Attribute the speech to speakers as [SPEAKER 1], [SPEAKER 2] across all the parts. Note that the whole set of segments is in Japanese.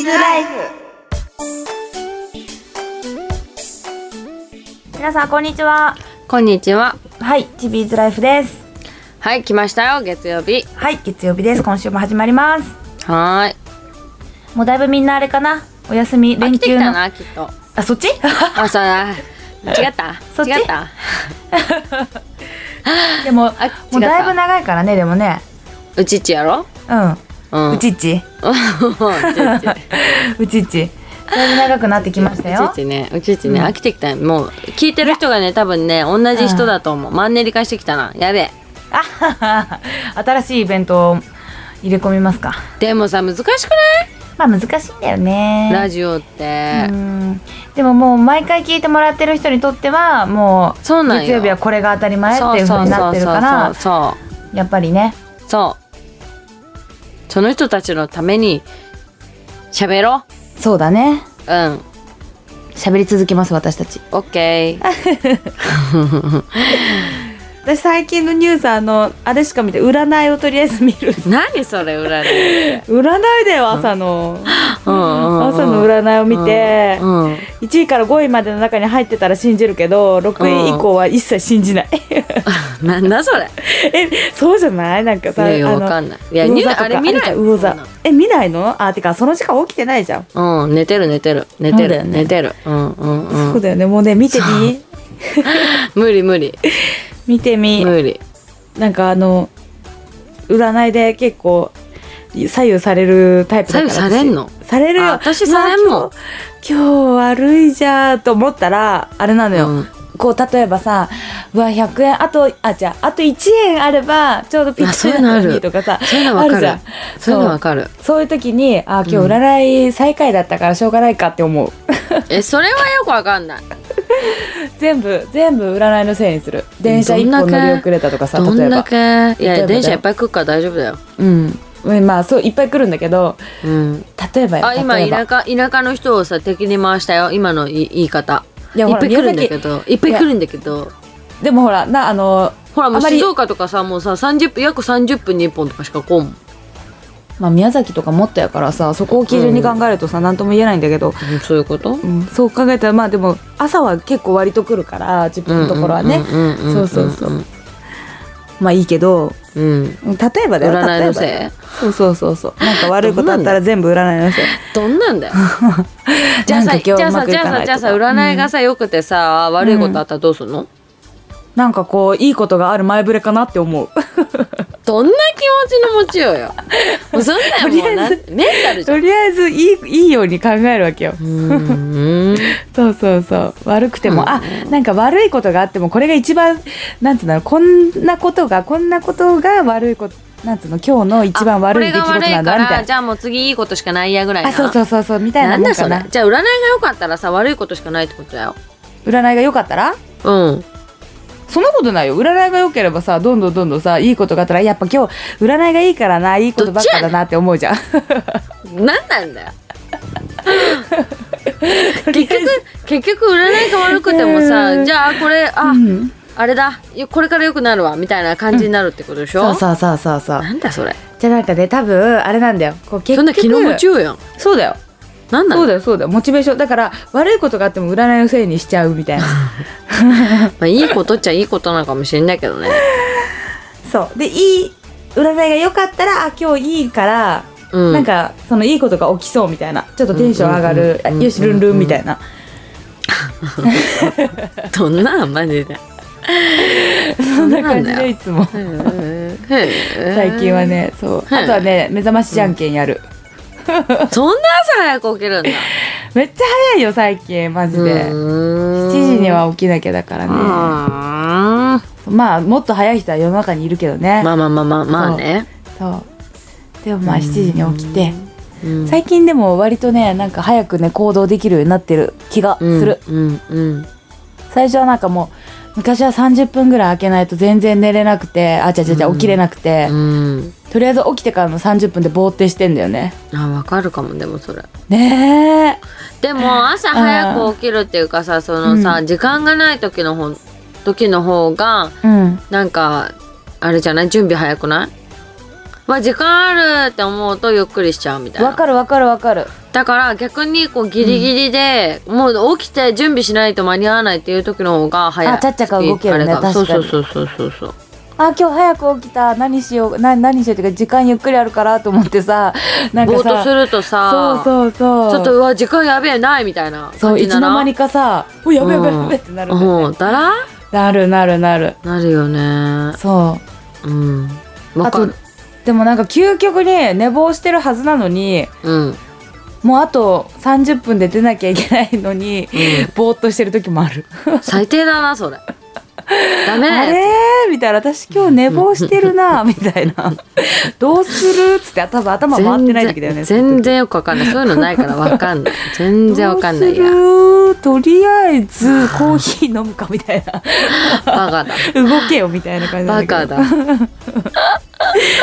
[SPEAKER 1] ズライフ皆さんこんにちは
[SPEAKER 2] こんにちは。
[SPEAKER 1] はいチビーズライフです
[SPEAKER 2] はい、来ましたよ、月曜日。
[SPEAKER 1] はい月曜日です今週も始まります
[SPEAKER 2] はーい。
[SPEAKER 1] もうだいぶみんなあれかなお休み
[SPEAKER 2] 飽
[SPEAKER 1] 連
[SPEAKER 2] きてき
[SPEAKER 1] 休の
[SPEAKER 2] た
[SPEAKER 1] あ
[SPEAKER 2] な、きっと。
[SPEAKER 1] そっち
[SPEAKER 2] あ、そうだ。違った
[SPEAKER 1] そっち
[SPEAKER 2] 違った
[SPEAKER 1] でも
[SPEAKER 2] あ違った
[SPEAKER 1] もうだいぶ長いからねでもね
[SPEAKER 2] うちっちやろ う。
[SPEAKER 1] うんんうちっち
[SPEAKER 2] うん。うちっち。
[SPEAKER 1] うちっちだいぶ長くなってきました
[SPEAKER 2] うち
[SPEAKER 1] よ
[SPEAKER 2] っちね。うちっちね、飽きてきた。もう、聞いてる人がね、多分ね、同じ人だと思う。マンネリ化してきたな。やべえ。
[SPEAKER 1] あはは 新しいイベントを入れ込みますか
[SPEAKER 2] でもさ、難しく
[SPEAKER 1] まあ難しいんだよ
[SPEAKER 2] な
[SPEAKER 1] ね
[SPEAKER 2] いラジオって
[SPEAKER 1] う。んでももう毎回聞いてもらってる人にとってはもう
[SPEAKER 2] そうなんよ
[SPEAKER 1] 月曜日はこれが当たり前って
[SPEAKER 2] そう
[SPEAKER 1] いうふう
[SPEAKER 2] そう
[SPEAKER 1] にな
[SPEAKER 2] そ
[SPEAKER 1] っ
[SPEAKER 2] う
[SPEAKER 1] てる
[SPEAKER 2] そ
[SPEAKER 1] か
[SPEAKER 2] う
[SPEAKER 1] ら
[SPEAKER 2] そう。
[SPEAKER 1] やっぱりね
[SPEAKER 2] そう。その人たちのために、喋ろ
[SPEAKER 1] そうだね
[SPEAKER 2] う。うん。
[SPEAKER 1] 喋り続けます私たち
[SPEAKER 2] オッケー。
[SPEAKER 1] 私最近のニュースあのあれしか見て占いをとりあえず見 る
[SPEAKER 2] 何それ、裏で。
[SPEAKER 1] 占いだよ朝の
[SPEAKER 2] うんうんうん
[SPEAKER 1] 朝の占いを見て
[SPEAKER 2] うんうん
[SPEAKER 1] 1位から5位までの中に入ってたら信じるけど6位以降は一切信じない
[SPEAKER 2] なんだそれ。
[SPEAKER 1] えそうじゃないなんか
[SPEAKER 2] い
[SPEAKER 1] さ
[SPEAKER 2] やいや、
[SPEAKER 1] あ
[SPEAKER 2] わ
[SPEAKER 1] の
[SPEAKER 2] かんない。いや、ニュースあれ見ない。
[SPEAKER 1] 魚座え見ないのあてかその時間起きてないじゃん、
[SPEAKER 2] うん、寝てる寝てる。寝て
[SPEAKER 1] そうだ
[SPEAKER 2] る、
[SPEAKER 1] よね
[SPEAKER 2] 寝てる。うんうん。
[SPEAKER 1] そううんだよねもうね見てみ
[SPEAKER 2] 無理無理。
[SPEAKER 1] 見てみ
[SPEAKER 2] 無理。
[SPEAKER 1] なんかあの占いで結構左右されるタイプだ
[SPEAKER 2] 左
[SPEAKER 1] から
[SPEAKER 2] 右されんの
[SPEAKER 1] 私されるよ
[SPEAKER 2] あ私されんもん
[SPEAKER 1] うわ今日今日悪いじゃんと思ったらあれなのよ、
[SPEAKER 2] うん
[SPEAKER 1] こう例えばさうわ100円あとあじゃああと1円あればちょうどピッ
[SPEAKER 2] あ
[SPEAKER 1] チ
[SPEAKER 2] そう
[SPEAKER 1] リ
[SPEAKER 2] いうの
[SPEAKER 1] な
[SPEAKER 2] あ
[SPEAKER 1] の
[SPEAKER 2] る
[SPEAKER 1] にとかさ
[SPEAKER 2] そういうのわか
[SPEAKER 1] あじ
[SPEAKER 2] る
[SPEAKER 1] ゃん。
[SPEAKER 2] そういうのわかる。
[SPEAKER 1] そういう時にあ今日占い最下位だったからしょうがないかって思う
[SPEAKER 2] え、それはよくわかんない。
[SPEAKER 1] 全部全部占いのせいにする電車一本乗り遅れたとかさ
[SPEAKER 2] ど
[SPEAKER 1] 例え
[SPEAKER 2] ん
[SPEAKER 1] ば
[SPEAKER 2] だけ。い
[SPEAKER 1] 例えばだ
[SPEAKER 2] や、
[SPEAKER 1] よ
[SPEAKER 2] 電車いっぱい来るから大丈夫だよ。
[SPEAKER 1] うんうんまあそういっぱい来るんだけど
[SPEAKER 2] うん。
[SPEAKER 1] 例えばよ
[SPEAKER 2] あ、今、
[SPEAKER 1] 例えば
[SPEAKER 2] 田舎、田舎の人をさ、敵に回したよ。今のい言い方。
[SPEAKER 1] い
[SPEAKER 2] い
[SPEAKER 1] や
[SPEAKER 2] っ
[SPEAKER 1] ほ
[SPEAKER 2] ぱ
[SPEAKER 1] ら
[SPEAKER 2] い来るんだけど。いっぱい来るんだけど。
[SPEAKER 1] でもほらなあの
[SPEAKER 2] ほら、も
[SPEAKER 1] あ
[SPEAKER 2] う
[SPEAKER 1] まり
[SPEAKER 2] 静岡とかさ、もうさ、30分、約30分に1本とかしか来んもん。
[SPEAKER 1] まあ、宮崎とかもっとやからさそこを基準に考えるとさ何、とも言えないんだけど、
[SPEAKER 2] うんそういうこと
[SPEAKER 1] うん、そう考えたらまあでも朝は結構割と来るから自分のところはね、
[SPEAKER 2] うんうんうんうん
[SPEAKER 1] そうそうそう、まあいいけど
[SPEAKER 2] うん。
[SPEAKER 1] 例えばだよ
[SPEAKER 2] 占いのせい
[SPEAKER 1] 例えばだよそうそうそうそうなんか悪いことあったら全部占いのせい
[SPEAKER 2] どんなんだ よ。じゃあ
[SPEAKER 1] な
[SPEAKER 2] さ、
[SPEAKER 1] んか
[SPEAKER 2] じ
[SPEAKER 1] 今
[SPEAKER 2] ゃ
[SPEAKER 1] 日う
[SPEAKER 2] あ
[SPEAKER 1] ま
[SPEAKER 2] さ、
[SPEAKER 1] くい
[SPEAKER 2] じ
[SPEAKER 1] か
[SPEAKER 2] ゃあさ、
[SPEAKER 1] ないとか
[SPEAKER 2] じゃあさ、占いがさ、良くてさ、悪いことあったらどうすんの
[SPEAKER 1] なんかこういいことがある前触れかなって 思う
[SPEAKER 2] どんな気持ちの持ちよう よ。もうそんなんもうな、メンタルじゃん。
[SPEAKER 1] とりあえずいいいいように考えるわけよ
[SPEAKER 2] うん。
[SPEAKER 1] そうそうそう悪くても、
[SPEAKER 2] うん
[SPEAKER 1] あなんか悪いことがあってもこれが一番なんつうのこんなことがこんなことが悪いことなんつうの今日の一番悪い出来事なんだ
[SPEAKER 2] これが悪い
[SPEAKER 1] み
[SPEAKER 2] か
[SPEAKER 1] た
[SPEAKER 2] ら
[SPEAKER 1] い
[SPEAKER 2] じ
[SPEAKER 1] な
[SPEAKER 2] ゃあもう次いいことしかないやぐらいな。
[SPEAKER 1] あそうそうそうそうみたい
[SPEAKER 2] な
[SPEAKER 1] なんも
[SPEAKER 2] だ
[SPEAKER 1] んか
[SPEAKER 2] そ
[SPEAKER 1] な
[SPEAKER 2] れ。じゃあ占いが良かったらさ、悪いことしかないってことだよ。
[SPEAKER 1] 占いが良かったら
[SPEAKER 2] うん。
[SPEAKER 1] そんなことないよ占いが良ければさどんどんどんどんさいいことがあったらやっぱ今日占いがいいからないいことばっかだなって思うじゃん
[SPEAKER 2] なんなんだよ。結局、結局占いが悪くても
[SPEAKER 1] うん
[SPEAKER 2] さ、じゃあこれ、あ、
[SPEAKER 1] ん
[SPEAKER 2] あれだ、よこれから良くなるわ、みたいな感じになるってことでしょ、
[SPEAKER 1] そうそうそうそうそう
[SPEAKER 2] なんだそれ。
[SPEAKER 1] じゃあなんかね多分あれなんだよこう結局
[SPEAKER 2] そんな気の持ちようやん。
[SPEAKER 1] そうだよ
[SPEAKER 2] なんな
[SPEAKER 1] そ
[SPEAKER 2] の
[SPEAKER 1] うだよそうだよモチベーションだから悪いことがあっても占いのせいにしちゃうみたいな
[SPEAKER 2] まあ、いいことっちゃいいことなのかもしれないけどね。
[SPEAKER 1] そうでいい占いが良かったらあ今日いいから、
[SPEAKER 2] うん
[SPEAKER 1] なんかそのいいことが起きそうみたいなちょっとテンション上が
[SPEAKER 2] うんうんうん
[SPEAKER 1] る
[SPEAKER 2] う、ん
[SPEAKER 1] あよしルンルンみたいな、
[SPEAKER 2] どんなんマジで。
[SPEAKER 1] そんな
[SPEAKER 2] そうな
[SPEAKER 1] 感じ
[SPEAKER 2] んだ
[SPEAKER 1] で
[SPEAKER 2] よ
[SPEAKER 1] いつも
[SPEAKER 2] へえへえ
[SPEAKER 1] 最近は。ねそうあとはね目覚ましじゃんけんやる、
[SPEAKER 2] そんな朝早く起きるんだ。
[SPEAKER 1] めっちゃ早いよ最近マジで、
[SPEAKER 2] 7
[SPEAKER 1] 7時に。は起きなきゃだから
[SPEAKER 2] うー
[SPEAKER 1] ね
[SPEAKER 2] ん
[SPEAKER 1] まあもっと早い人は世の中にいるけどね、
[SPEAKER 2] まあまあまあまあまあね。
[SPEAKER 1] そうでもまあ7時に起きて、
[SPEAKER 2] うん
[SPEAKER 1] 最近でも割とねなんか早くね行動できるようになってる気がする、。
[SPEAKER 2] うんうん
[SPEAKER 1] 最初はなんかもう昔は30分ぐらい空けないと全然寝れなくてあちゃちゃちゃ
[SPEAKER 2] うん
[SPEAKER 1] 起きれなくて、
[SPEAKER 2] うん。うん
[SPEAKER 1] とりあえず起きてからの30分でぼーってしてんだよね
[SPEAKER 2] あわかるかもでもそれ
[SPEAKER 1] ね
[SPEAKER 2] でも朝早く起きるっていうかさそのさ、時間がない時のほ時の方が
[SPEAKER 1] えうん
[SPEAKER 2] なんかあれじゃない準備早くないわ時間あるって思うとゆっくりしちゃうみたい
[SPEAKER 1] わ
[SPEAKER 2] な
[SPEAKER 1] かるわかるわかる
[SPEAKER 2] だから逆にこうギリギリで、もう起きて準備しないと間に合わないっていう時の方が早い
[SPEAKER 1] あちゃっちゃか動けるね
[SPEAKER 2] あれが
[SPEAKER 1] 確かに
[SPEAKER 2] そうそうそうそうそう
[SPEAKER 1] あ今日早く起きた何しような何しようっていうか時間ゆっくりあるからと思ってさなんか
[SPEAKER 2] ぼー
[SPEAKER 1] さ
[SPEAKER 2] っとするとさ
[SPEAKER 1] そうそうそう
[SPEAKER 2] ちょっとうわ時間やべえないみたいな
[SPEAKER 1] そ
[SPEAKER 2] 感
[SPEAKER 1] う
[SPEAKER 2] じ
[SPEAKER 1] い
[SPEAKER 2] にな
[SPEAKER 1] つ
[SPEAKER 2] ら
[SPEAKER 1] の間にかさ「おやべやべやべ」ってなるんだよね
[SPEAKER 2] うんだら
[SPEAKER 1] なるなるなる
[SPEAKER 2] なるよね
[SPEAKER 1] そう
[SPEAKER 2] うんわか
[SPEAKER 1] あと
[SPEAKER 2] る
[SPEAKER 1] でもなんか究極に寝坊してるはずなのに
[SPEAKER 2] うんうん
[SPEAKER 1] もうあと30分で出なきゃいけないのに、ぼーっとしてる時もある。
[SPEAKER 2] 最低だなそ れダメ
[SPEAKER 1] あ
[SPEAKER 2] だよ
[SPEAKER 1] れーみたいな私今日寝坊してるなみたいなどうするっつって多分頭回ってない時だよ
[SPEAKER 2] 全
[SPEAKER 1] ね
[SPEAKER 2] 然全然よくわかんないそういうのないからわかん ない全然わかんないや
[SPEAKER 1] どうするとりあえずコーヒー飲むかみたいな
[SPEAKER 2] バカだ
[SPEAKER 1] 動けよみたいな感じな
[SPEAKER 2] バ
[SPEAKER 1] んだ
[SPEAKER 2] カ
[SPEAKER 1] けど
[SPEAKER 2] だ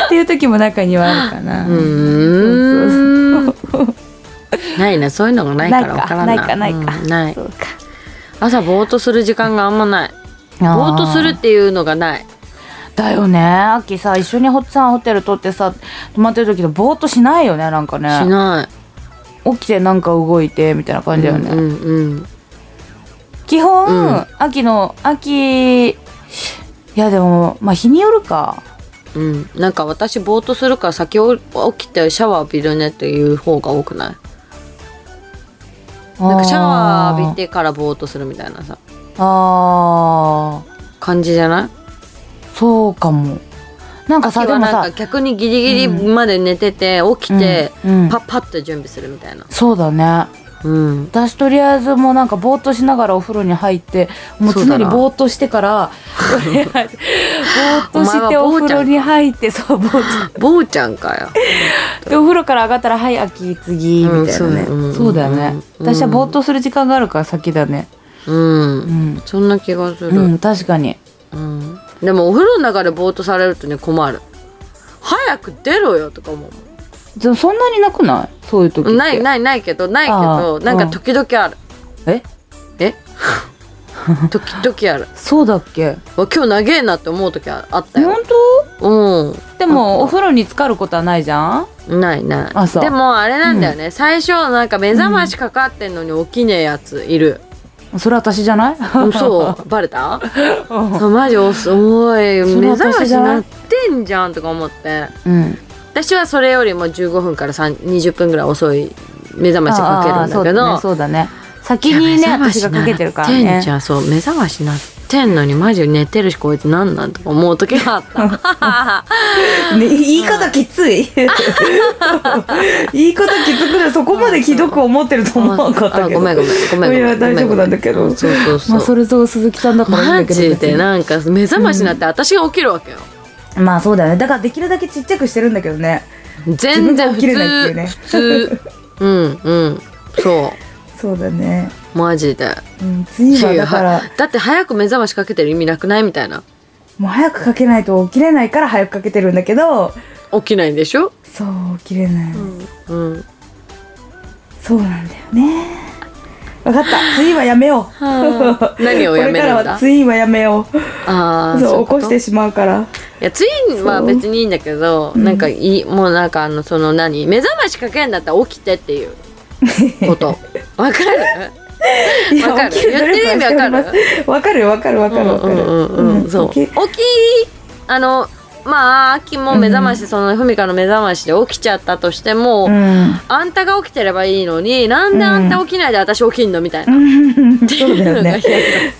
[SPEAKER 1] っていう時も中にはあるかな
[SPEAKER 2] うーんないねそういうのがないからわからない
[SPEAKER 1] ないかないかないか
[SPEAKER 2] うんない
[SPEAKER 1] そうか
[SPEAKER 2] 朝ぼーっとする時間があんまないぼーっとするっていうのがない
[SPEAKER 1] だよね秋さ一緒にホッさんホテル取ってさ泊まってる時とぼーっとしないよねなんかね
[SPEAKER 2] しない
[SPEAKER 1] 起きてなんか動いてみたいな感じだよね、
[SPEAKER 2] うんうんうん
[SPEAKER 1] 基本、
[SPEAKER 2] うん
[SPEAKER 1] 秋の秋いやでもまあ日によるか
[SPEAKER 2] うん、なんか私ぼーっとするから先を起きてシャワー浴びるねっていう方が多くないなんかシャワー浴び
[SPEAKER 1] て
[SPEAKER 2] てからぼーっとするみたいなさ
[SPEAKER 1] あー
[SPEAKER 2] 感じじゃない
[SPEAKER 1] そうかもなんかさ
[SPEAKER 2] 秋
[SPEAKER 1] で
[SPEAKER 2] は
[SPEAKER 1] も
[SPEAKER 2] なん
[SPEAKER 1] さ
[SPEAKER 2] か逆にギリギリまで寝てて起きて、
[SPEAKER 1] うんうん
[SPEAKER 2] パッパッと準備するみたいな
[SPEAKER 1] そうだね
[SPEAKER 2] うん
[SPEAKER 1] 私とりあえずもうなんかぼーっとしながらお風呂に入ってもう
[SPEAKER 2] そうだ
[SPEAKER 1] 常に
[SPEAKER 2] な
[SPEAKER 1] ぼーっとし てからとりあえずぼーっと
[SPEAKER 2] お前
[SPEAKER 1] し
[SPEAKER 2] は
[SPEAKER 1] てお
[SPEAKER 2] ぼー
[SPEAKER 1] 風
[SPEAKER 2] ちゃんか
[SPEAKER 1] 呂に入ってそうぼーっと
[SPEAKER 2] ぼーちゃんかよ
[SPEAKER 1] でお風呂から上がったら「はい秋次」みたいな
[SPEAKER 2] う
[SPEAKER 1] ね、
[SPEAKER 2] んそううん
[SPEAKER 1] そうだよね、
[SPEAKER 2] うん
[SPEAKER 1] 私はぼーっとする時間があるから先だね
[SPEAKER 2] うん、
[SPEAKER 1] うん、
[SPEAKER 2] そんな気がする、
[SPEAKER 1] う
[SPEAKER 2] うん
[SPEAKER 1] ん、確かに
[SPEAKER 2] でもお風呂の中でぼーっとされるとね困る早く出ろよとか思
[SPEAKER 1] でもそんなになくないそういう時って
[SPEAKER 2] うないないないけどないけ
[SPEAKER 1] あ
[SPEAKER 2] ど
[SPEAKER 1] ー
[SPEAKER 2] なんか時々ある
[SPEAKER 1] え
[SPEAKER 2] え時々ある
[SPEAKER 1] そうだっけ
[SPEAKER 2] わ今日長えなって思う時ああったよ
[SPEAKER 1] 本当
[SPEAKER 2] うん
[SPEAKER 1] でもお風呂に浸かることはないじゃん
[SPEAKER 2] ないない
[SPEAKER 1] あそう
[SPEAKER 2] でもあれなんだよね、最初なんか目覚ましかかってんのに起きねえやついる、
[SPEAKER 1] それ私じ ゃない
[SPEAKER 2] 嘘バレた
[SPEAKER 1] う
[SPEAKER 2] そうマジおすおい
[SPEAKER 1] それ
[SPEAKER 2] 目覚ま
[SPEAKER 1] 私
[SPEAKER 2] し
[SPEAKER 1] じゃない
[SPEAKER 2] なってんじゃんとか思って
[SPEAKER 1] ん
[SPEAKER 2] 私はそれよりも15分から3 20分ぐらい遅い目覚ましかける
[SPEAKER 1] あー
[SPEAKER 2] んだけど
[SPEAKER 1] あーそうだねそうだね先
[SPEAKER 2] いや
[SPEAKER 1] にね
[SPEAKER 2] 目覚まし
[SPEAKER 1] 私がかけてるから
[SPEAKER 2] なってんじ
[SPEAKER 1] ね
[SPEAKER 2] ゃんそう目覚ましなってんのにマジ寝てるしこいつなんなんとか思う時があった
[SPEAKER 1] ね言い方きつい 言い方きつくないそこまでひどく 思ってると
[SPEAKER 2] あごめんごめんごめんごめん
[SPEAKER 1] いや大丈夫なんだけど
[SPEAKER 2] そうそうそう、
[SPEAKER 1] まあそれぞれ鈴木さんだからいいん
[SPEAKER 2] マ
[SPEAKER 1] だけど
[SPEAKER 2] ジ
[SPEAKER 1] 別
[SPEAKER 2] で
[SPEAKER 1] に
[SPEAKER 2] なんか目覚ましになって私が起きるわけよ、
[SPEAKER 1] まあそうだよねだからできるだけちっちゃくしてるんだけどね
[SPEAKER 2] 全然普
[SPEAKER 1] 自分が起きれない
[SPEAKER 2] 通、
[SPEAKER 1] っていう
[SPEAKER 2] 普通
[SPEAKER 1] ね
[SPEAKER 2] うんうんそ
[SPEAKER 1] そうだね、
[SPEAKER 2] うマジで
[SPEAKER 1] うん、次はだから
[SPEAKER 2] だって早く目覚ましかけてる意味なくないみたいな
[SPEAKER 1] もう早くかけないと起きれないから早くかけてるんだけど
[SPEAKER 2] 起きないんでしょ
[SPEAKER 1] そう起きれない、
[SPEAKER 2] うん
[SPEAKER 1] そうなんだよね分かった次はやめよう
[SPEAKER 2] はあ何をやめるんだ
[SPEAKER 1] これからは次はやめよう
[SPEAKER 2] ああ
[SPEAKER 1] そう起こして
[SPEAKER 2] い
[SPEAKER 1] しまうから
[SPEAKER 2] やツインは別にいいんだけどなんかいいもうなんかあのその何目覚ましかけんだったら起きてっていうこと わかる
[SPEAKER 1] い
[SPEAKER 2] わかる
[SPEAKER 1] 起き努力はしておりますわかるわかるわかるわか
[SPEAKER 2] う
[SPEAKER 1] る
[SPEAKER 2] んうんうんうん、そう起
[SPEAKER 1] 起き
[SPEAKER 2] きあのまあ秋も目覚まし、そのふみかの目覚ましで起きちゃったとしても、
[SPEAKER 1] うん
[SPEAKER 2] あんたが起きてればいいのになんであんた起きないで私起きんのみたいな、
[SPEAKER 1] そうだよね。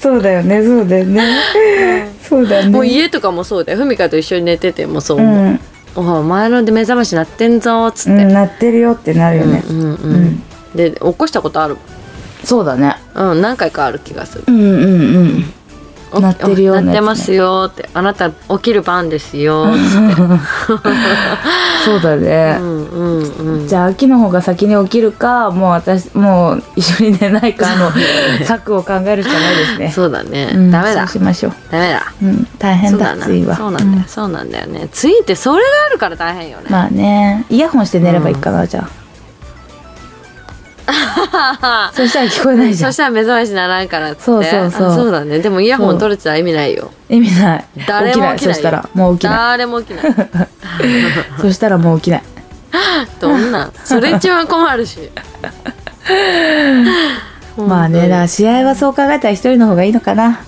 [SPEAKER 1] そうだよね。そうだよね。そうだよね。
[SPEAKER 2] もう家とかもそうだよふみかと一緒に寝ててもそう
[SPEAKER 1] う
[SPEAKER 2] 思う、
[SPEAKER 1] ん、
[SPEAKER 2] おい前ので目覚ましなってんぞーっつ
[SPEAKER 1] う
[SPEAKER 2] っ
[SPEAKER 1] ん、
[SPEAKER 2] て、
[SPEAKER 1] なってるよってなるよね。
[SPEAKER 2] うんうん
[SPEAKER 1] うん
[SPEAKER 2] で起こしたことある
[SPEAKER 1] そうだね。
[SPEAKER 2] うん何回かある気がする
[SPEAKER 1] うんうんうん。
[SPEAKER 2] お
[SPEAKER 1] なってるようなやつ
[SPEAKER 2] な
[SPEAKER 1] ね
[SPEAKER 2] ってますよーってあなた起きる番ですよーっ
[SPEAKER 1] そうだ
[SPEAKER 2] てう
[SPEAKER 1] ね。
[SPEAKER 2] んうんうん
[SPEAKER 1] じゃあ秋の方が先に起きるか、もう私もう一緒に寝ないかの策を考えるしかないですね。
[SPEAKER 2] そうだね、
[SPEAKER 1] うん
[SPEAKER 2] ダメだ
[SPEAKER 1] そうしましょう。
[SPEAKER 2] ダメだ
[SPEAKER 1] うん、大
[SPEAKER 2] そ
[SPEAKER 1] 変
[SPEAKER 2] うだ
[SPEAKER 1] だ。
[SPEAKER 2] な
[SPEAKER 1] ついは。
[SPEAKER 2] そうなんだよ
[SPEAKER 1] ん
[SPEAKER 2] そうなんだよねついってそれがあるから大変よね
[SPEAKER 1] まあね、イヤホンして寝ればいいかな、じゃあ。そしたら聞こえないじゃ
[SPEAKER 2] そ
[SPEAKER 1] ん
[SPEAKER 2] したら目覚ましならんからっつって
[SPEAKER 1] そうそうそう
[SPEAKER 2] あそうだねでもイヤホン取れちゃ意味ないよ
[SPEAKER 1] 意味ない
[SPEAKER 2] 誰も起きないよ
[SPEAKER 1] そしたらもう起きな
[SPEAKER 2] 誰も起きない
[SPEAKER 1] いそしたらもう起きない
[SPEAKER 2] どんなんそれ一番困るし
[SPEAKER 1] まあねだから試合はそう考えたら一人の方がいいのかな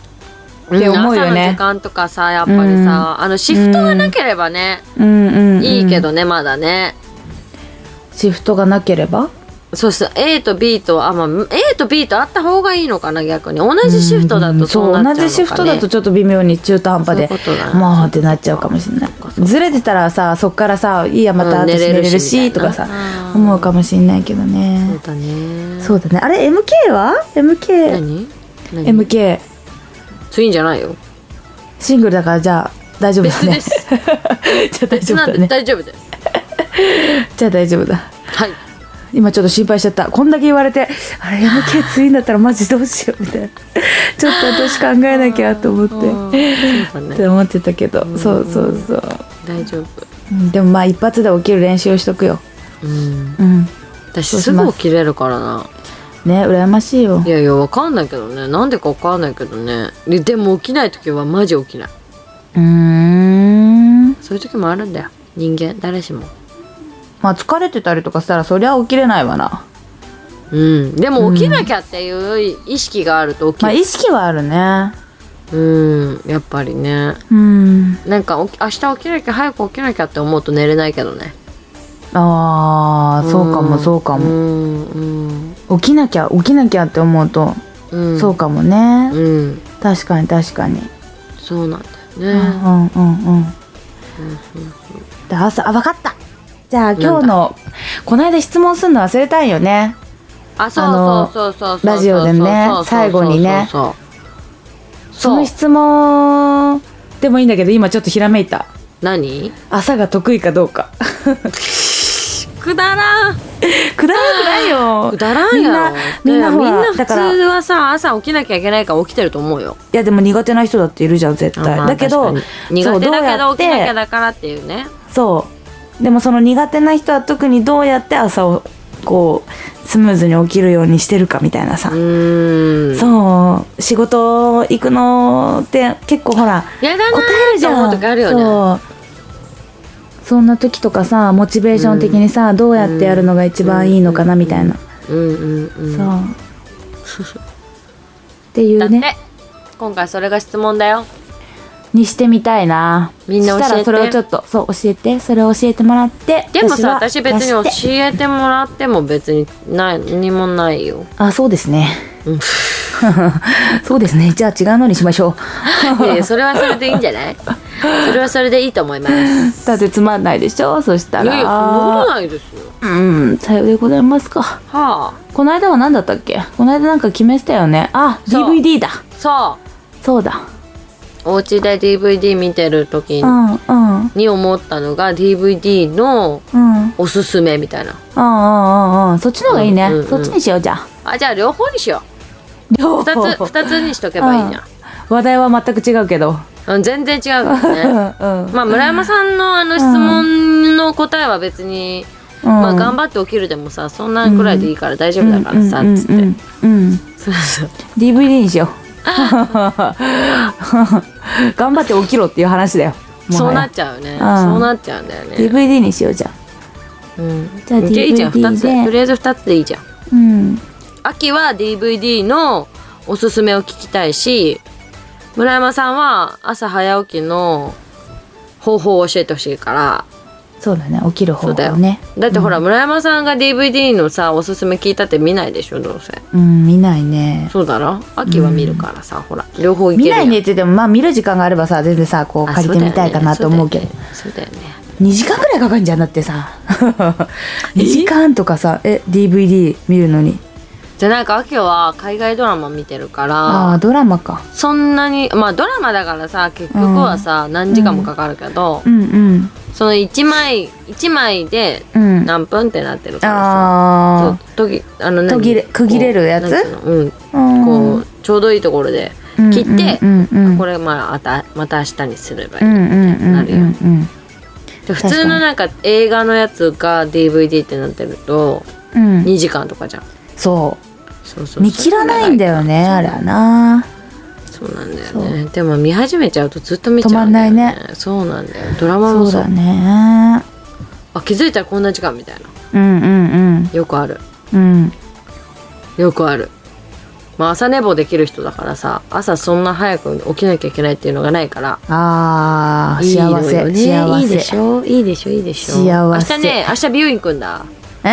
[SPEAKER 1] って思うよ
[SPEAKER 2] ん朝の
[SPEAKER 1] ね
[SPEAKER 2] 時間とかさやっぱりさ、
[SPEAKER 1] うん
[SPEAKER 2] あのシフトがなければね、
[SPEAKER 1] うんうん、うん、
[SPEAKER 2] いいけどねまだね
[SPEAKER 1] シフトがなければ
[SPEAKER 2] そうそう A と B とあまあ A と B とあった方がいいのかな逆に同じシフトだとそうなっちゃうのか、ね、
[SPEAKER 1] そう同じシフトだとちょっと微妙に中途半端で
[SPEAKER 2] そういうことだね
[SPEAKER 1] もうってなっちゃうかもしれないずれてたらさそっからさいいやまた
[SPEAKER 2] うん
[SPEAKER 1] 私
[SPEAKER 2] 寝
[SPEAKER 1] 寝
[SPEAKER 2] れ
[SPEAKER 1] れ
[SPEAKER 2] るし
[SPEAKER 1] るしとか
[SPEAKER 2] み
[SPEAKER 1] さ
[SPEAKER 2] たいな
[SPEAKER 1] 思うかもしれないけど
[SPEAKER 2] そう
[SPEAKER 1] ね
[SPEAKER 2] だね
[SPEAKER 1] そうだねあれ MK は ?MK
[SPEAKER 2] 何何
[SPEAKER 1] MK
[SPEAKER 2] ツインじゃないよ
[SPEAKER 1] シングルだからじゃあ大丈夫だ
[SPEAKER 2] 別
[SPEAKER 1] ね
[SPEAKER 2] で
[SPEAKER 1] じ
[SPEAKER 2] す
[SPEAKER 1] ゃあ
[SPEAKER 2] なん
[SPEAKER 1] 大丈夫だ
[SPEAKER 2] で
[SPEAKER 1] ね
[SPEAKER 2] 大丈夫です
[SPEAKER 1] じゃあ大丈夫だ
[SPEAKER 2] はい
[SPEAKER 1] 今ちょっと心配しちゃったこんだけ言われてあれ MK ツインだったらマジどうしよう みたいなちょっと私考えなきゃと思
[SPEAKER 2] うん
[SPEAKER 1] って
[SPEAKER 2] そう
[SPEAKER 1] っ
[SPEAKER 2] だ
[SPEAKER 1] て
[SPEAKER 2] ね
[SPEAKER 1] 思ってたけどそうそうそう
[SPEAKER 2] 大丈夫
[SPEAKER 1] うんでもまあ一発で起きる練習をしとくよ
[SPEAKER 2] うん
[SPEAKER 1] うん
[SPEAKER 2] 私すぐ起きれるからな
[SPEAKER 1] ね羨ましいよ
[SPEAKER 2] いやいやわかんないけどねなんでかわかんないけどねででも起きない時はマジ起きないう
[SPEAKER 1] ーん
[SPEAKER 2] そういう時もあるんだよ人間誰しも
[SPEAKER 1] まあ疲れてたりとかしたらそりゃ起きれないわな
[SPEAKER 2] うんでも起きなきゃっていう意識があると起き
[SPEAKER 1] まあ
[SPEAKER 2] る、
[SPEAKER 1] 意識はあるね
[SPEAKER 2] うんやっぱりね
[SPEAKER 1] うん
[SPEAKER 2] なんかおき明日起きなきゃ早く起きなきゃって思うと寝れないけどね
[SPEAKER 1] ああそうかも
[SPEAKER 2] ん
[SPEAKER 1] そうかも
[SPEAKER 2] うんうん、
[SPEAKER 1] 起きなきゃ起きなきゃって思うと
[SPEAKER 2] うん、
[SPEAKER 1] そうかもね
[SPEAKER 2] うん
[SPEAKER 1] 確かに確かに
[SPEAKER 2] そうなんだ
[SPEAKER 1] う
[SPEAKER 2] よね、
[SPEAKER 1] んうんうんうんで朝あ分かったじゃあ今日のこの間質問するの忘れたいよね
[SPEAKER 2] あそ
[SPEAKER 1] あの
[SPEAKER 2] うそうそうそうそうそう
[SPEAKER 1] ラジオでね
[SPEAKER 2] そうそうそうそう
[SPEAKER 1] 最後にね
[SPEAKER 2] そう
[SPEAKER 1] そ
[SPEAKER 2] そう
[SPEAKER 1] の
[SPEAKER 2] そう
[SPEAKER 1] 質問でもいいんだけど今ちょっとひらめいた
[SPEAKER 2] 何
[SPEAKER 1] 朝が得意かど うか
[SPEAKER 2] くだらん
[SPEAKER 1] くだらなくないよ
[SPEAKER 2] くだらん
[SPEAKER 1] みん
[SPEAKER 2] や
[SPEAKER 1] な
[SPEAKER 2] ろ
[SPEAKER 1] みん
[SPEAKER 2] だ
[SPEAKER 1] なほ
[SPEAKER 2] からみんな
[SPEAKER 1] ら
[SPEAKER 2] 普
[SPEAKER 1] だ
[SPEAKER 2] 通
[SPEAKER 1] からい
[SPEAKER 2] はさ朝起きなきゃいけないから起きてると思うよ
[SPEAKER 1] やでも苦手な人だっているじゃん絶対、
[SPEAKER 2] まあ
[SPEAKER 1] だけど
[SPEAKER 2] 確かに苦手だけど
[SPEAKER 1] そう
[SPEAKER 2] 起きなき
[SPEAKER 1] や
[SPEAKER 2] ゃ
[SPEAKER 1] って
[SPEAKER 2] だからっていうね
[SPEAKER 1] そうでもその苦手な人は特にどうやって朝をこうスムーズに起きるようにしてるかみたいなさ、
[SPEAKER 2] うーん
[SPEAKER 1] そう仕事行くのって結構ほら
[SPEAKER 2] やだな
[SPEAKER 1] 答える
[SPEAKER 2] ーっ
[SPEAKER 1] じ
[SPEAKER 2] て思
[SPEAKER 1] ゃ
[SPEAKER 2] うん時あるよね
[SPEAKER 1] そうそんな時とかさモチベーション的にさ、どうやってやるのが一番いいのかなみたいな、
[SPEAKER 2] うんうんうん
[SPEAKER 1] そう っていう
[SPEAKER 2] だっ
[SPEAKER 1] ね
[SPEAKER 2] て今回それが質問だよ
[SPEAKER 1] にしてみたいな
[SPEAKER 2] みんな教えて
[SPEAKER 1] そしたらそれをちょっとそう教えてそれを教えてもらって
[SPEAKER 2] でもさ
[SPEAKER 1] は
[SPEAKER 2] 私別に
[SPEAKER 1] 出
[SPEAKER 2] 教
[SPEAKER 1] して
[SPEAKER 2] えてもらっても別に何もないよ
[SPEAKER 1] あそうですね
[SPEAKER 2] うん
[SPEAKER 1] そうですねじゃあ違うのにしましょ う
[SPEAKER 2] いやいやそれはそれでいいんじゃないそれはそれでいいと思います
[SPEAKER 1] だってつまんないでしょそした
[SPEAKER 2] い
[SPEAKER 1] ら
[SPEAKER 2] やいやそんなことないですよ
[SPEAKER 1] うんさようでございますか
[SPEAKER 2] はあ
[SPEAKER 1] この間は何だったっけこの間なんか決めてたよねあ
[SPEAKER 2] そう
[SPEAKER 1] DVD だ
[SPEAKER 2] そ
[SPEAKER 1] そうだ
[SPEAKER 2] うお家で DVD 見てる時
[SPEAKER 1] うんうん
[SPEAKER 2] に思ったのが DVD の
[SPEAKER 1] うんうん
[SPEAKER 2] おすすめみたいな
[SPEAKER 1] うんうんうんそっちの方がいいね、
[SPEAKER 2] うんうんうん
[SPEAKER 1] そっちにしようじゃあ
[SPEAKER 2] あじゃあ両方にしよう
[SPEAKER 1] 両
[SPEAKER 2] 2つ二つにしとけばいいな
[SPEAKER 1] 話題は全く違うけど
[SPEAKER 2] うん全然違うんだ
[SPEAKER 1] う
[SPEAKER 2] よね
[SPEAKER 1] んうん
[SPEAKER 2] まあ村山さんのあの質問の答えは別に、まあ頑張って起きるでもさそんなんくらいでいいから大丈夫だからさ、
[SPEAKER 1] うん
[SPEAKER 2] つって、
[SPEAKER 1] うんうんうんうん
[SPEAKER 2] そうそう
[SPEAKER 1] DVD にしよう頑張って起きろっていう話だよも
[SPEAKER 2] そう
[SPEAKER 1] は
[SPEAKER 2] なっ
[SPEAKER 1] や
[SPEAKER 2] ちゃうね、
[SPEAKER 1] ん
[SPEAKER 2] そうなっちゃうんだよね、
[SPEAKER 1] DVD にしようじゃん
[SPEAKER 2] うん、
[SPEAKER 1] じゃあ
[SPEAKER 2] いいじゃん
[SPEAKER 1] DVD
[SPEAKER 2] 2つ
[SPEAKER 1] で
[SPEAKER 2] とりあえず2つでいいじゃん
[SPEAKER 1] うん
[SPEAKER 2] 秋は DVD のおすすめを聞きたいし村山さんは朝早起きの方法を教えてほしいから
[SPEAKER 1] そうだね起きる
[SPEAKER 2] そ
[SPEAKER 1] 方
[SPEAKER 2] うだよ
[SPEAKER 1] 法ね
[SPEAKER 2] だってほら、村山さんが DVD のさおすすめ聞いたって見ないでしょどうせ
[SPEAKER 1] うん見ないね
[SPEAKER 2] そうだろ秋は見るからさ、ほら両方いけ
[SPEAKER 1] 見
[SPEAKER 2] る
[SPEAKER 1] な
[SPEAKER 2] やん
[SPEAKER 1] いねって言ってもまあ見る時間があればさ全然さこう
[SPEAKER 2] あ
[SPEAKER 1] 借りてみたいかなと思うけど
[SPEAKER 2] そうだよね
[SPEAKER 1] 2時間ぐらいかかるんじゃんだっ てさ2時間とかさえ DVD 見るのに
[SPEAKER 2] じゃなんか秋は海外ドラマ見てるか
[SPEAKER 1] ああ
[SPEAKER 2] ら
[SPEAKER 1] ードラマか
[SPEAKER 2] そんなにまあドラマだからさ結局はさ、何時間もかかるけど、
[SPEAKER 1] うんうん
[SPEAKER 2] その1枚1枚で
[SPEAKER 1] うん
[SPEAKER 2] 何分ってなってるからさ、
[SPEAKER 1] あ
[SPEAKER 2] そう途切あの何
[SPEAKER 1] 途切れ区切れるやつ
[SPEAKER 2] こうなんていうのうん
[SPEAKER 1] あうん
[SPEAKER 2] こうちょうどいいところで切って、
[SPEAKER 1] うんうんうん
[SPEAKER 2] これまああたまた明日にすればいい、
[SPEAKER 1] うんうんうん
[SPEAKER 2] なるよ
[SPEAKER 1] うん
[SPEAKER 2] で普通のなんか映画のやつが DVD ってなってると
[SPEAKER 1] うんうん
[SPEAKER 2] 2時間とかじゃん
[SPEAKER 1] そ
[SPEAKER 2] そうそう
[SPEAKER 1] う見切らないんだよねあれはな
[SPEAKER 2] そうなんだよねでも見始めちゃうとずっと見ちゃう
[SPEAKER 1] 止まんない
[SPEAKER 2] ねそうなんだよドラマ
[SPEAKER 1] そ
[SPEAKER 2] も
[SPEAKER 1] う
[SPEAKER 2] そう
[SPEAKER 1] だね
[SPEAKER 2] あ気づいたらこんな時間みたいな
[SPEAKER 1] うんうん
[SPEAKER 2] よくある
[SPEAKER 1] うんうん
[SPEAKER 2] よくあるまあ朝寝坊できる人だからさ朝そんな早く起きなきゃいけないっていうのがないから
[SPEAKER 1] あー
[SPEAKER 2] いいのよ
[SPEAKER 1] 幸せ
[SPEAKER 2] ね
[SPEAKER 1] 幸せ
[SPEAKER 2] いいでしょいいでしょいいでしょ
[SPEAKER 1] 幸せ
[SPEAKER 2] 明日ね明日美容院行くんだ
[SPEAKER 1] え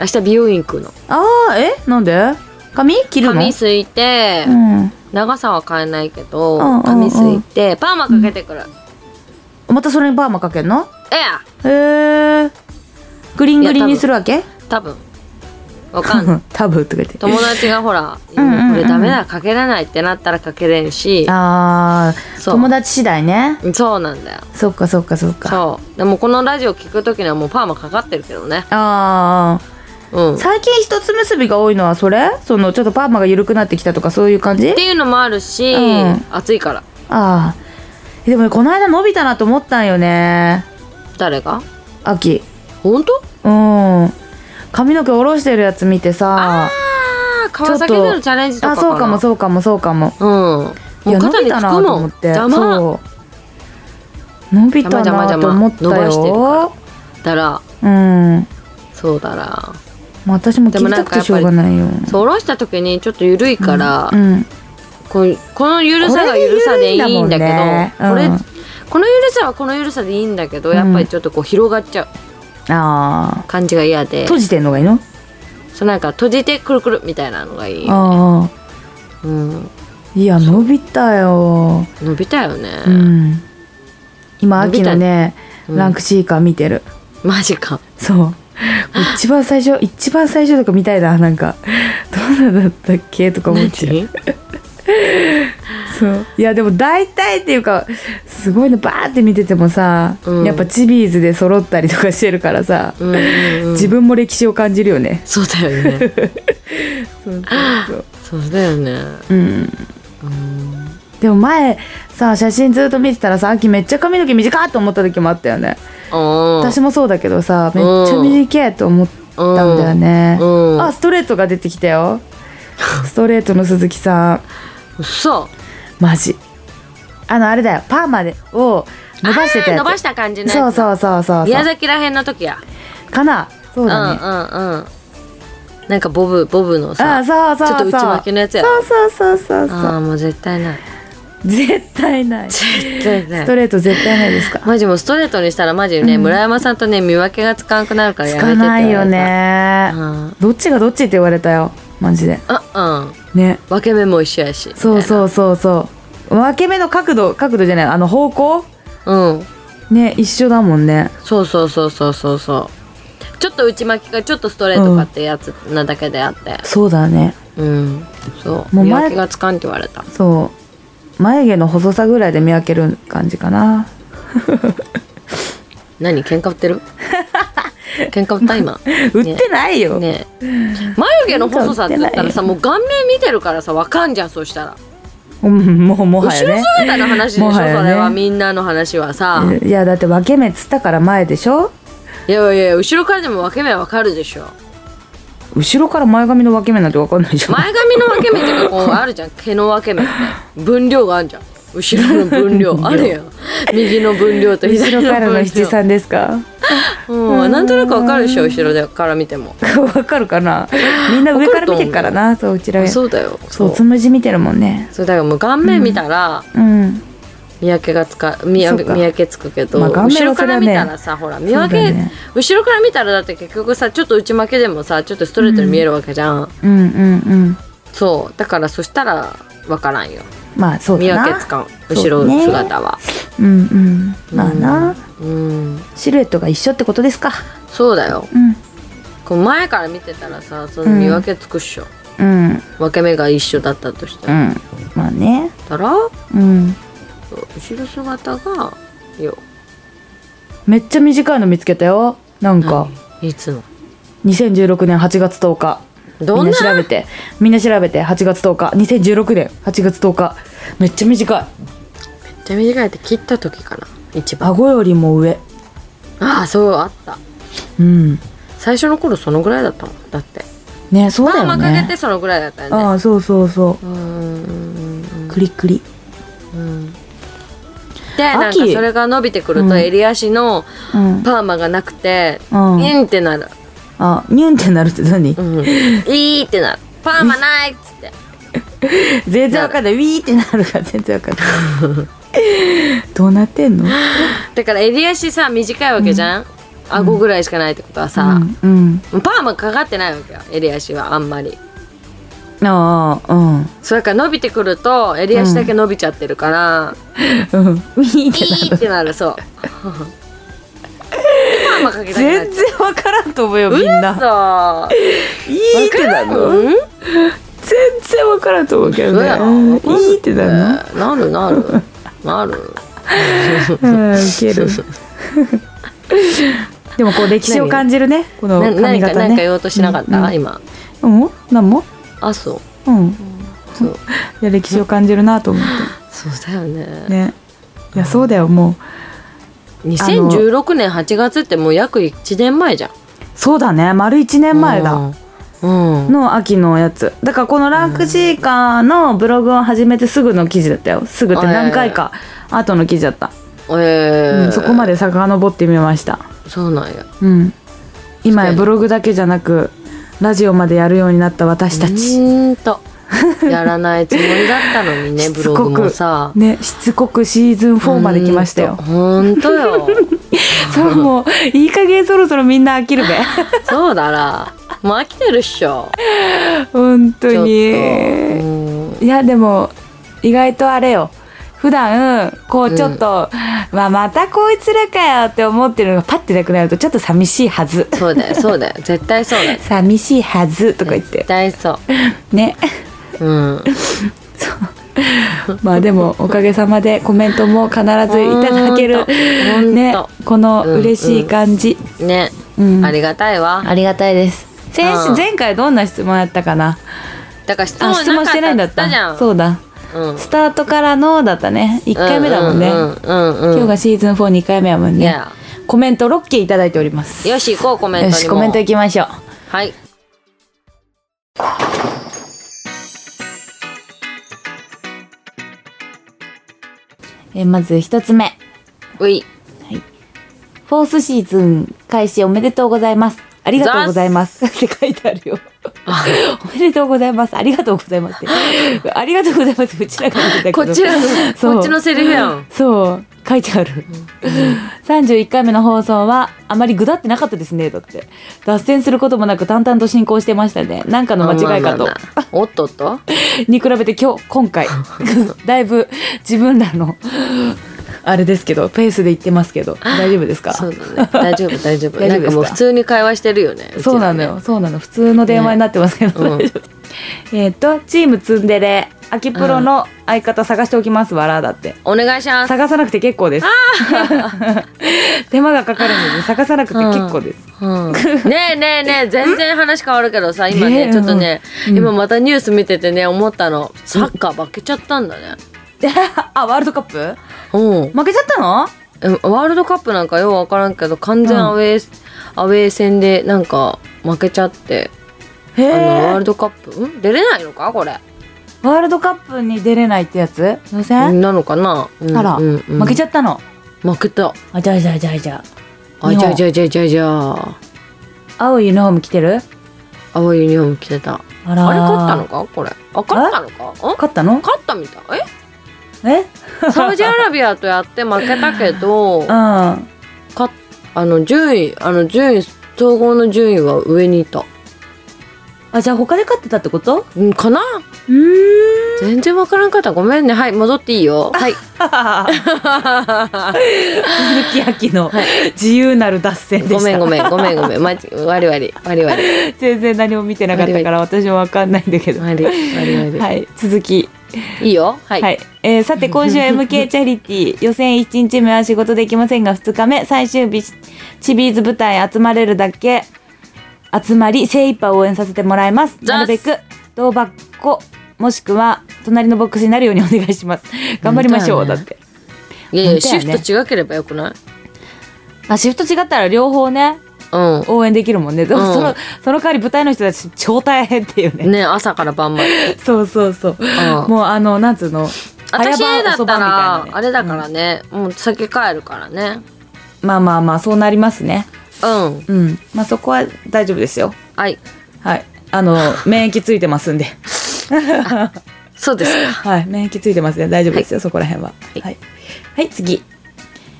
[SPEAKER 2] 明日美容院行くの
[SPEAKER 1] あーえなんで髪切るの
[SPEAKER 2] 髪すいて、
[SPEAKER 1] うん
[SPEAKER 2] 長さは変えないけど、
[SPEAKER 1] うんうんうん
[SPEAKER 2] 髪すいてパーマかけてくる、
[SPEAKER 1] またそれにパーマかけんの
[SPEAKER 2] えや
[SPEAKER 1] へえグリングリンにするわけ
[SPEAKER 2] 多分わか んない
[SPEAKER 1] タブーとか言って
[SPEAKER 2] 友達がほら「
[SPEAKER 1] うんうんうん
[SPEAKER 2] これダメだかけれない」ってなったらかけれんし
[SPEAKER 1] ああ
[SPEAKER 2] そう
[SPEAKER 1] 友達次第ね
[SPEAKER 2] そうなんだよ
[SPEAKER 1] そっかそっかそっか
[SPEAKER 2] そうでもこのラジオ聞く時にはもうパーマかかってるけどね
[SPEAKER 1] ああ
[SPEAKER 2] うんっ
[SPEAKER 1] 最近一つ結びが多いのはそれそのちょっとパーマが緩くなってきたとかそういう感じ
[SPEAKER 2] ていうのもあるし、
[SPEAKER 1] うん
[SPEAKER 2] 暑いから
[SPEAKER 1] ああでもこの間伸びたなと思ったんよね
[SPEAKER 2] 誰が
[SPEAKER 1] 秋
[SPEAKER 2] 本当
[SPEAKER 1] うん髪の毛下ろしてるやつ見てさ
[SPEAKER 2] あー川崎でのチャレンジとか
[SPEAKER 1] あそうかもそうかもそうかも
[SPEAKER 2] ううんも
[SPEAKER 1] いや
[SPEAKER 2] う
[SPEAKER 1] 伸
[SPEAKER 2] 肩
[SPEAKER 1] び
[SPEAKER 2] に
[SPEAKER 1] た
[SPEAKER 2] つ
[SPEAKER 1] な
[SPEAKER 2] く
[SPEAKER 1] と
[SPEAKER 2] も
[SPEAKER 1] 思
[SPEAKER 2] ん
[SPEAKER 1] って
[SPEAKER 2] 邪魔
[SPEAKER 1] そう伸びたなと思った
[SPEAKER 2] 邪魔邪魔邪魔伸ばしてる
[SPEAKER 1] よ
[SPEAKER 2] だら
[SPEAKER 1] うん
[SPEAKER 2] そうだら
[SPEAKER 1] まあ私も切りたくてしょうがないよ
[SPEAKER 2] そう下ろした時にちょっと緩いから、
[SPEAKER 1] うん
[SPEAKER 2] こうこの緩さが緩さでいいんだけどこ
[SPEAKER 1] こ
[SPEAKER 2] れ
[SPEAKER 1] れ緩いんだもんねうん
[SPEAKER 2] この緩さはこの緩さでいいんだけどやっぱりちょっとこう広がっちゃう
[SPEAKER 1] ああ
[SPEAKER 2] 感じが嫌で、
[SPEAKER 1] 閉じてんのがいいの
[SPEAKER 2] そうなんか閉じてくるくるみたいなのがいい、
[SPEAKER 1] ああ
[SPEAKER 2] うん、
[SPEAKER 1] いや伸びたよ
[SPEAKER 2] 伸びたよね、
[SPEAKER 1] うん今
[SPEAKER 2] 伸び
[SPEAKER 1] 秋
[SPEAKER 2] た
[SPEAKER 1] のね
[SPEAKER 2] うん
[SPEAKER 1] ランクシーカー見てる
[SPEAKER 2] マジか
[SPEAKER 1] そう一番最初一番最初とか見たいななんかどんなだったっけとか思っちゃう
[SPEAKER 2] 何
[SPEAKER 1] そういやでも大体っていうかすごいのバーって見ててもさ、
[SPEAKER 2] うん
[SPEAKER 1] やっぱチビーズで揃ったりとかしてるからさ、
[SPEAKER 2] うんうんうん
[SPEAKER 1] 自分も歴史を感じるよね
[SPEAKER 2] そうだよね
[SPEAKER 1] そうそうそう
[SPEAKER 2] そうだよね
[SPEAKER 1] うんでも前さ写真ずっと見てたらさ秋めっちゃ髪の毛短いと思った時もあったよね
[SPEAKER 2] あ
[SPEAKER 1] 私もそうだけどさ
[SPEAKER 2] う
[SPEAKER 1] め
[SPEAKER 2] ん
[SPEAKER 1] っちゃ短いと思ったんだよね
[SPEAKER 2] うんうん
[SPEAKER 1] あストレートが出てきた よストレートの鈴木さん
[SPEAKER 2] あそう
[SPEAKER 1] マジあのあれだよパーマでを伸ばしてたやつ
[SPEAKER 2] あー伸ばした感じのやつ
[SPEAKER 1] そうそうそうそうそ
[SPEAKER 2] 宮
[SPEAKER 1] う
[SPEAKER 2] 崎らへんの時や
[SPEAKER 1] かなそうだね
[SPEAKER 2] うんうんうんなんかボブボブのさ
[SPEAKER 1] あそうそうそう
[SPEAKER 2] ちょっと内巻きのやつや
[SPEAKER 1] そ
[SPEAKER 2] ろ
[SPEAKER 1] うそうそうそうそ
[SPEAKER 2] あ
[SPEAKER 1] う
[SPEAKER 2] あもう絶対ない
[SPEAKER 1] 絶対 ないス
[SPEAKER 2] 絶対ない
[SPEAKER 1] トレート絶対ないで すか
[SPEAKER 2] マジもうストレートにしたらマジね、村山さんとね見分けがつかなくなるから
[SPEAKER 1] つ
[SPEAKER 2] やめて
[SPEAKER 1] か
[SPEAKER 2] って言わ
[SPEAKER 1] な
[SPEAKER 2] れ
[SPEAKER 1] い
[SPEAKER 2] た
[SPEAKER 1] よね
[SPEAKER 2] うん
[SPEAKER 1] どっちがどっちって言われたよマジで
[SPEAKER 2] うんうん
[SPEAKER 1] ね
[SPEAKER 2] 分け目も一緒やし
[SPEAKER 1] そう
[SPEAKER 2] う
[SPEAKER 1] そうそうそう分け目の角度角度じゃないあの方向
[SPEAKER 2] うん
[SPEAKER 1] ね一緒だもんね
[SPEAKER 2] そうそうそうそうそうそうちょっと内巻きかちょっとストレートかってやつなだけであって
[SPEAKER 1] そうだね
[SPEAKER 2] うん、そう
[SPEAKER 1] もう前
[SPEAKER 2] 見分けがつかんって言われた
[SPEAKER 1] そう眉毛の細さぐらいで見分ける感じかな
[SPEAKER 2] 何喧嘩売 ってる喧嘩売った今
[SPEAKER 1] 売ってないよ、
[SPEAKER 2] ねえ眉毛の細さって言ったらさもう顔面見てるからさわかんじゃんそうしたら
[SPEAKER 1] うんもうも
[SPEAKER 2] 後ろ
[SPEAKER 1] はやね
[SPEAKER 2] 姿の話でしょ、
[SPEAKER 1] も
[SPEAKER 2] そ
[SPEAKER 1] はやね
[SPEAKER 2] れはみんなの話はさ、
[SPEAKER 1] いやだって分け目つったから前でしょ
[SPEAKER 2] いやいやいや後ろからでも分け目はわかるでしょ
[SPEAKER 1] 後ろから前髪の分け目なんて分かんないじゃん
[SPEAKER 2] 前髪の分け目っていうかこうあるじゃん毛の分け目って分量があるじゃん後ろの分量あるやん右の分量と
[SPEAKER 1] 後
[SPEAKER 2] 左の分
[SPEAKER 1] ろ
[SPEAKER 2] 量
[SPEAKER 1] からの七三ですか
[SPEAKER 2] うん、なんとなくわかるでしょ後ろでから見ても
[SPEAKER 1] 分かる かなみんな上から見てるからなそううちらそ
[SPEAKER 2] そう
[SPEAKER 1] う
[SPEAKER 2] だよ
[SPEAKER 1] そうつ
[SPEAKER 2] そう
[SPEAKER 1] むじ見てるもんね
[SPEAKER 2] そうだからもう顔面見たら、
[SPEAKER 1] うん
[SPEAKER 2] 見分けがつか見
[SPEAKER 1] そ
[SPEAKER 2] 分
[SPEAKER 1] うか
[SPEAKER 2] 見分けつくけど、
[SPEAKER 1] まあ顔面は
[SPEAKER 2] 後ろから見たら
[SPEAKER 1] そ
[SPEAKER 2] さほら
[SPEAKER 1] ね
[SPEAKER 2] 見分
[SPEAKER 1] そう
[SPEAKER 2] け、
[SPEAKER 1] だね
[SPEAKER 2] 後ろから見たらだって結局さちょっと内負けでもさちょっとストレートに見えるわけじゃん、
[SPEAKER 1] うんうんうん
[SPEAKER 2] そうだからそしたら分からんよ
[SPEAKER 1] まあそう
[SPEAKER 2] 見
[SPEAKER 1] だな
[SPEAKER 2] 分けつかん後
[SPEAKER 1] そ
[SPEAKER 2] ろ
[SPEAKER 1] うね
[SPEAKER 2] 姿は
[SPEAKER 1] うんうんまあな
[SPEAKER 2] うん
[SPEAKER 1] シルエットが一緒ってことですか
[SPEAKER 2] そうだよ
[SPEAKER 1] うん
[SPEAKER 2] こう前から見てたらさその見分けつくっしょ、
[SPEAKER 1] うん
[SPEAKER 2] 分け目が一緒だったとした
[SPEAKER 1] う
[SPEAKER 2] ら、
[SPEAKER 1] んまあね
[SPEAKER 2] たら
[SPEAKER 1] うん
[SPEAKER 2] 後ろ姿がよ
[SPEAKER 1] めっちゃ短いの見つけたよなんか
[SPEAKER 2] いつの
[SPEAKER 1] 2016年8月10日
[SPEAKER 2] どん
[SPEAKER 1] みん
[SPEAKER 2] な
[SPEAKER 1] な調べてみんな調べて8月10日2016年8月10日めっちゃ短い
[SPEAKER 2] めっちゃ短いって切った時かな一番
[SPEAKER 1] 顎よりも上
[SPEAKER 2] ああそうあった
[SPEAKER 1] うん
[SPEAKER 2] 最初の頃そのぐらいだったもんだって
[SPEAKER 1] ねそうだ
[SPEAKER 2] まあ
[SPEAKER 1] よね
[SPEAKER 2] まあかけてそのぐらいだった
[SPEAKER 1] あ
[SPEAKER 2] よね
[SPEAKER 1] あそうそうそう
[SPEAKER 2] ーん
[SPEAKER 1] クリクリ
[SPEAKER 2] うんでなんかそ
[SPEAKER 1] 秋
[SPEAKER 2] れが伸びてくる
[SPEAKER 1] う
[SPEAKER 2] と
[SPEAKER 1] ん
[SPEAKER 2] 襟足の
[SPEAKER 1] うん
[SPEAKER 2] パーマがなくて
[SPEAKER 1] うん
[SPEAKER 2] インってなる
[SPEAKER 1] あニュンってなるって何
[SPEAKER 2] うんいいってなるパーマないっつって
[SPEAKER 1] 全然わかんないウィーってなるから全然わかんないどうなってんの
[SPEAKER 2] だから襟足さ短いわけじゃん、顎ぐらいしかないってことはさ、
[SPEAKER 1] うん、
[SPEAKER 2] パーマかかってないわけよ襟足はあんまり
[SPEAKER 1] うん、ああうん
[SPEAKER 2] それから伸びてくると襟足だけ伸びちゃってるから、
[SPEAKER 1] うんウィーってなる
[SPEAKER 2] ピーってなるそうパーマかけたくなっ
[SPEAKER 1] 全
[SPEAKER 2] ち
[SPEAKER 1] 然わからんと思うよみんな
[SPEAKER 2] ゃうそう
[SPEAKER 1] いいってなるの
[SPEAKER 2] うん
[SPEAKER 1] 全然わからんと思うけど
[SPEAKER 2] そう
[SPEAKER 1] ね
[SPEAKER 2] やろ
[SPEAKER 1] うんいいってなる
[SPEAKER 2] えーなるなるなる
[SPEAKER 1] のうんいけるでもこう歴史を感じるねこの
[SPEAKER 2] な
[SPEAKER 1] 髪
[SPEAKER 2] 何か
[SPEAKER 1] 型
[SPEAKER 2] 何か
[SPEAKER 1] ね
[SPEAKER 2] 言おうとしなかった、
[SPEAKER 1] うんうん
[SPEAKER 2] 今
[SPEAKER 1] うん何も
[SPEAKER 2] あそう
[SPEAKER 1] うんい
[SPEAKER 2] そう
[SPEAKER 1] や歴史を感じるなと思っ
[SPEAKER 2] そうだよね
[SPEAKER 1] てねいやそうだよもう
[SPEAKER 2] 2016年8月ってもう約1年前じゃん
[SPEAKER 1] そうだね丸1年前だ
[SPEAKER 2] うん、うん、
[SPEAKER 1] の秋のやつだからこのランクシーカーのブログを始めてすぐの記事だったよすぐって何回か後の記事だった、
[SPEAKER 2] えー
[SPEAKER 1] うん、そこまで遡ってみました、
[SPEAKER 2] そうなんや
[SPEAKER 1] うん、
[SPEAKER 2] 確
[SPEAKER 1] 今
[SPEAKER 2] か
[SPEAKER 1] や
[SPEAKER 2] に
[SPEAKER 1] ブログだけじゃなくラジオまでやるようになった私た
[SPEAKER 2] う
[SPEAKER 1] ち、
[SPEAKER 2] ーんとやらないつもりだったのにね
[SPEAKER 1] し
[SPEAKER 2] ブ
[SPEAKER 1] つ
[SPEAKER 2] ロ
[SPEAKER 1] こ
[SPEAKER 2] グ
[SPEAKER 1] く
[SPEAKER 2] もさ
[SPEAKER 1] ねしつこくシーズン4まで来ましたよ
[SPEAKER 2] ほんと よ
[SPEAKER 1] それもういい加減そろそろみんな飽きるべ
[SPEAKER 2] そうだなもう飽きてるっしょ
[SPEAKER 1] 本当
[SPEAKER 2] ちょっと、う
[SPEAKER 1] に
[SPEAKER 2] ん、
[SPEAKER 1] いやでも意外とあれよ普段こうちょっと、まあ、またこいつらかよって思ってるのがパッてなくなるとちょっと寂しいはず
[SPEAKER 2] そうだよそうだよ絶対そうだよ
[SPEAKER 1] 寂しいはずとか言っ
[SPEAKER 2] 絶
[SPEAKER 1] て
[SPEAKER 2] 対そ
[SPEAKER 1] ね
[SPEAKER 2] ううん
[SPEAKER 1] まあでもおかげさまでコメントも必ずいただけ
[SPEAKER 2] ほ
[SPEAKER 1] る
[SPEAKER 2] んとほんと
[SPEAKER 1] ねこの嬉しい感じ、
[SPEAKER 2] ね、
[SPEAKER 1] うん
[SPEAKER 2] ありがたいわ
[SPEAKER 1] ありがたいです先
[SPEAKER 2] う
[SPEAKER 1] 週
[SPEAKER 2] ん
[SPEAKER 1] 前回どんな質問やったかな
[SPEAKER 2] だから質問
[SPEAKER 1] あ質問してないんだ
[SPEAKER 2] な
[SPEAKER 1] っ
[SPEAKER 2] かったっつった
[SPEAKER 1] た
[SPEAKER 2] じゃん
[SPEAKER 1] そうだ
[SPEAKER 2] うん、
[SPEAKER 1] スタートからのだったね1回目だもんね、
[SPEAKER 2] うんうんうんうん、
[SPEAKER 1] 今日がシーズン42回目やもんね、
[SPEAKER 2] Yeah
[SPEAKER 1] コメント6件いただいております
[SPEAKER 2] よし行こうコメントに
[SPEAKER 1] よ
[SPEAKER 2] も
[SPEAKER 1] しコメントいきましょう
[SPEAKER 2] はい
[SPEAKER 1] えーまず一つ目
[SPEAKER 2] うい
[SPEAKER 1] フォースシーズン開始おめでとうございますありがとうございます。って書いてあるよ。 おめでとうございます。ありがとうございますって。 ありがとうございます。うちらが見てたけ
[SPEAKER 2] こ
[SPEAKER 1] ど
[SPEAKER 2] っちらの
[SPEAKER 1] そう
[SPEAKER 2] こっちのセリフやん
[SPEAKER 1] そう。書いてある。31回目の放送は、あまりぐだってなかったですね。だって。脱線することもなく淡々と進行してましたね。なんかの間違いかと
[SPEAKER 2] まあ。まあまあおっとっと
[SPEAKER 1] に比べて今日 今回だいぶ自分らのあれですけどペースで言ってますけど大丈夫ですか
[SPEAKER 2] そうだね大丈夫大丈夫
[SPEAKER 1] 大丈夫ですか
[SPEAKER 2] なんかもう普通に会話してるよねちらね
[SPEAKER 1] そうなのよそうなの普通の電話になってますけど、
[SPEAKER 2] ねうん
[SPEAKER 1] 大丈夫えっとチームツンデレ秋プロの相方探しておきますわらだって
[SPEAKER 2] お願いします
[SPEAKER 1] 探さなくて結構です 手間がかかるので探さなくて結構です、
[SPEAKER 2] うん、ねえねえねえ全然話変わるけどさ今ね
[SPEAKER 1] ねえ
[SPEAKER 2] ちょっとね、
[SPEAKER 1] うん
[SPEAKER 2] 今またニュース見ててね思ったのサッカー負けちゃったんだね
[SPEAKER 1] あワールドカップ
[SPEAKER 2] うん
[SPEAKER 1] 負けちゃったの
[SPEAKER 2] えワールドカップなんかよう分からんけど完全アウェー、アウェー戦でなんか負けちゃって
[SPEAKER 1] へ
[SPEAKER 2] あのワー
[SPEAKER 1] え
[SPEAKER 2] ルドカップん出れないのかこれ
[SPEAKER 1] ワールドカップに出れないってやつ予選、
[SPEAKER 2] なのかな、うん
[SPEAKER 1] あら、
[SPEAKER 2] うんうん
[SPEAKER 1] 負けちゃったの
[SPEAKER 2] 負けた
[SPEAKER 1] あじゃあじゃあじゃあじゃ
[SPEAKER 2] あ
[SPEAKER 1] 日本
[SPEAKER 2] じゃあじゃあじゃあじゃあじゃあ
[SPEAKER 1] 青いユニフォーム着てる
[SPEAKER 2] 青いユニフォーム着てた
[SPEAKER 1] あ
[SPEAKER 2] あ
[SPEAKER 1] らー
[SPEAKER 2] れ勝ったのかこれあ勝ったのかん
[SPEAKER 1] 勝ったの
[SPEAKER 2] 勝ったみたい
[SPEAKER 1] え
[SPEAKER 2] えサウジアラビアとやって負けたけど
[SPEAKER 1] うん
[SPEAKER 2] かあの順位あの順位総合の順位は上にいた
[SPEAKER 1] あじゃあ他で勝ってたってこと
[SPEAKER 2] んかな
[SPEAKER 1] う ーん
[SPEAKER 2] 全然わからんかったごめんねはい戻っていいよ はい
[SPEAKER 1] 鈴木亜希の
[SPEAKER 2] はい
[SPEAKER 1] 自由なる脱線でした
[SPEAKER 2] ごめんごめんごめんごめんまじ割り割り割り割り
[SPEAKER 1] 全然何も見てなかったから私もわかんないんだけどは
[SPEAKER 2] 割り割り割り、
[SPEAKER 1] い続き
[SPEAKER 2] い、いよはい、
[SPEAKER 1] はい、えーさて今週は MK チャリテ ィー予選1日目は仕事できませんが2日目最終日チビーズ舞台集まれるだけ集まり精一杯応援させてもらいます
[SPEAKER 2] ざ
[SPEAKER 1] な
[SPEAKER 2] っ
[SPEAKER 1] る
[SPEAKER 2] す
[SPEAKER 1] べく銅箱もしくは隣のボックスになるようにお願いします頑張りましょう
[SPEAKER 2] 本当
[SPEAKER 1] だ,、
[SPEAKER 2] やね
[SPEAKER 1] って
[SPEAKER 2] いやいや、
[SPEAKER 1] 本当や
[SPEAKER 2] シ
[SPEAKER 1] ね
[SPEAKER 2] フト違ければよくない
[SPEAKER 1] あシフト違ったら両方ね
[SPEAKER 2] うん
[SPEAKER 1] 応援できるもんねでも
[SPEAKER 2] うん
[SPEAKER 1] そのその代わり舞台の人たち超大変っていうね
[SPEAKER 2] ね朝から晩まで
[SPEAKER 1] そうそうそう
[SPEAKER 2] うん
[SPEAKER 1] もうあのなんつうの
[SPEAKER 2] 私
[SPEAKER 1] 早
[SPEAKER 2] だった
[SPEAKER 1] 場遅場みたいな
[SPEAKER 2] ら
[SPEAKER 1] ね
[SPEAKER 2] あれだか
[SPEAKER 1] う
[SPEAKER 2] らね、もう先帰るからね
[SPEAKER 1] んまあまあまあそうなりますね
[SPEAKER 2] うん
[SPEAKER 1] うんまあそこは大丈夫ですよ
[SPEAKER 2] はい
[SPEAKER 1] はいあ の免疫ついてますんで
[SPEAKER 2] そうですか
[SPEAKER 1] はい、免疫ついてますね。大丈夫ですよ、そこら辺は。
[SPEAKER 2] い
[SPEAKER 1] はい。はい、次。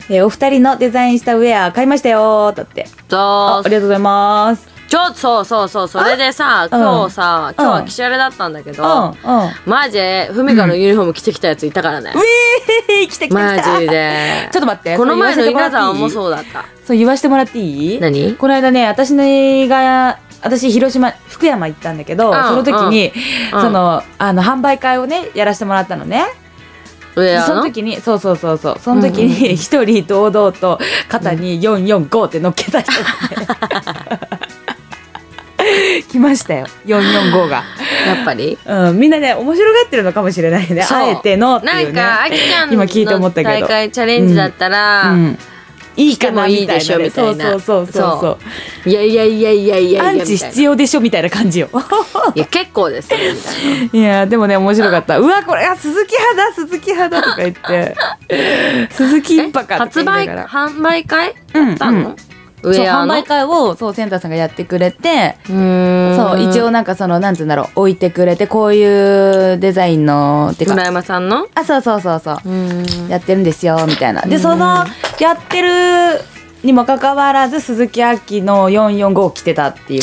[SPEAKER 1] えーお二人のデザインしたウェア買いましたよーだって。あ、
[SPEAKER 2] そ
[SPEAKER 1] あ
[SPEAKER 2] う
[SPEAKER 1] りがとうございます。
[SPEAKER 2] ちょそうそうそうそれでさ
[SPEAKER 1] うん
[SPEAKER 2] 今日さ、
[SPEAKER 1] うん
[SPEAKER 2] 今日はキシャレだったんだけ
[SPEAKER 1] う
[SPEAKER 2] ど、
[SPEAKER 1] ん、うん。
[SPEAKER 2] マジふみかのユニフォーム着てきたやついたからね、
[SPEAKER 1] えー、来た来た来た。
[SPEAKER 2] マジ。で
[SPEAKER 1] ちょっと待って
[SPEAKER 2] この前の稲沢も
[SPEAKER 1] う。
[SPEAKER 2] そうだった
[SPEAKER 1] そう、言わせてもらっていい
[SPEAKER 2] 何
[SPEAKER 1] この間ね、私が、私、広島、福山行ったんだけど、
[SPEAKER 2] うん
[SPEAKER 1] その時に、
[SPEAKER 2] うん
[SPEAKER 1] その、あの、販売会をね、やらせてもらったのね。
[SPEAKER 2] ウェア
[SPEAKER 1] その
[SPEAKER 2] の
[SPEAKER 1] 時に、そうそうそうそう、その時に一人堂々と肩に445って乗っけた人がね。 来ましたよ、445が。
[SPEAKER 2] やっぱり
[SPEAKER 1] うん、みんなね、面白がってるのかもしれないね。
[SPEAKER 2] そう
[SPEAKER 1] あえてのっていうね。
[SPEAKER 2] なんかあきちゃん
[SPEAKER 1] 今聞いて思っ
[SPEAKER 2] の
[SPEAKER 1] たけ
[SPEAKER 2] 大
[SPEAKER 1] ど
[SPEAKER 2] 会チャレンジだったら、
[SPEAKER 1] うん、いいか
[SPEAKER 2] 来て
[SPEAKER 1] な
[SPEAKER 2] もいい
[SPEAKER 1] みたいなね、
[SPEAKER 2] でしょみたいな
[SPEAKER 1] そうそうそうそうそう
[SPEAKER 2] いやいやいやいやいや
[SPEAKER 1] ア
[SPEAKER 2] いや
[SPEAKER 1] ンチ
[SPEAKER 2] みたい
[SPEAKER 1] 必
[SPEAKER 2] な
[SPEAKER 1] 要でしょみたいな感 じよ。
[SPEAKER 2] いや結構ですよみたい
[SPEAKER 1] いやーでもね面白かった。うわこれあ鈴木派だ鈴木派だとか言 って鈴木一
[SPEAKER 2] な
[SPEAKER 1] 派かとか
[SPEAKER 2] 発
[SPEAKER 1] 言い
[SPEAKER 2] 売
[SPEAKER 1] ながら。
[SPEAKER 2] 販売会
[SPEAKER 1] うん
[SPEAKER 2] だったの、
[SPEAKER 1] うん
[SPEAKER 2] ウ
[SPEAKER 1] そう
[SPEAKER 2] ェア
[SPEAKER 1] 販
[SPEAKER 2] の
[SPEAKER 1] 売会をそうセンターさんがやってくれて、
[SPEAKER 2] うーん
[SPEAKER 1] そう一応なんかそのなんつうんだろう置いてくれてこういうデザインのて
[SPEAKER 2] 村
[SPEAKER 1] か
[SPEAKER 2] 山さんの
[SPEAKER 1] あそうそうそうそう
[SPEAKER 2] う、ーん
[SPEAKER 1] やってるんですよみたいな
[SPEAKER 2] う
[SPEAKER 1] で
[SPEAKER 2] ん
[SPEAKER 1] そのやってるにもかかわらず鈴木亜希の445を着てたっていう、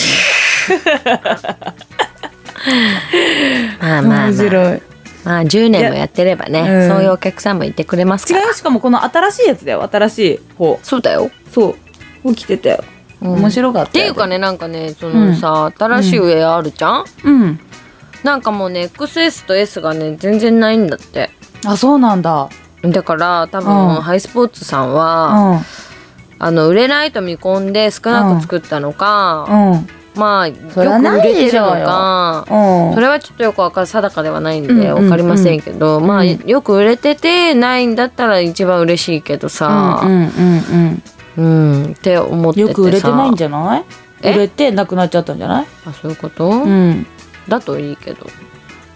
[SPEAKER 2] まあまあ、
[SPEAKER 1] 面
[SPEAKER 2] まあ、
[SPEAKER 1] 白い違
[SPEAKER 2] まあ10年もやってればね、
[SPEAKER 1] いやうん
[SPEAKER 2] そういうお客さんもいてくれますから
[SPEAKER 1] うしかもこの新しいやつだよ新しい方
[SPEAKER 2] そうだよ
[SPEAKER 1] そうを着てたよ、
[SPEAKER 2] うん
[SPEAKER 1] 面白かった
[SPEAKER 2] っていうかね
[SPEAKER 1] ね
[SPEAKER 2] なんかねそのさ、新しいウェアあるじゃん、
[SPEAKER 1] うん
[SPEAKER 2] なんかもうね XS と S がね全然ないんだって
[SPEAKER 1] あそうなんだ
[SPEAKER 2] だから多
[SPEAKER 1] う
[SPEAKER 2] 分
[SPEAKER 1] ん
[SPEAKER 2] ハイスポーツさん
[SPEAKER 1] う
[SPEAKER 2] は、
[SPEAKER 1] ん
[SPEAKER 2] あの売れないと見込んで少なく作ったのか、
[SPEAKER 1] うん
[SPEAKER 2] まあよく
[SPEAKER 1] そりゃな
[SPEAKER 2] 売
[SPEAKER 1] い
[SPEAKER 2] れ
[SPEAKER 1] で
[SPEAKER 2] て
[SPEAKER 1] し
[SPEAKER 2] る
[SPEAKER 1] ょ
[SPEAKER 2] の
[SPEAKER 1] うよ
[SPEAKER 2] か
[SPEAKER 1] うん
[SPEAKER 2] それはちょっとよくわか定かではないん
[SPEAKER 1] うんうん
[SPEAKER 2] で
[SPEAKER 1] うん
[SPEAKER 2] わかりませんけど、まあ
[SPEAKER 1] うん
[SPEAKER 2] よく売れててないんだったら一番嬉しいけど
[SPEAKER 1] うんう
[SPEAKER 2] さ、
[SPEAKER 1] んうんうん
[SPEAKER 2] うんって思っててさ
[SPEAKER 1] よく売れてないんじゃない
[SPEAKER 2] え
[SPEAKER 1] 売れてなくなっちゃったんじゃない
[SPEAKER 2] あそういうこと、
[SPEAKER 1] うん
[SPEAKER 2] だといいけど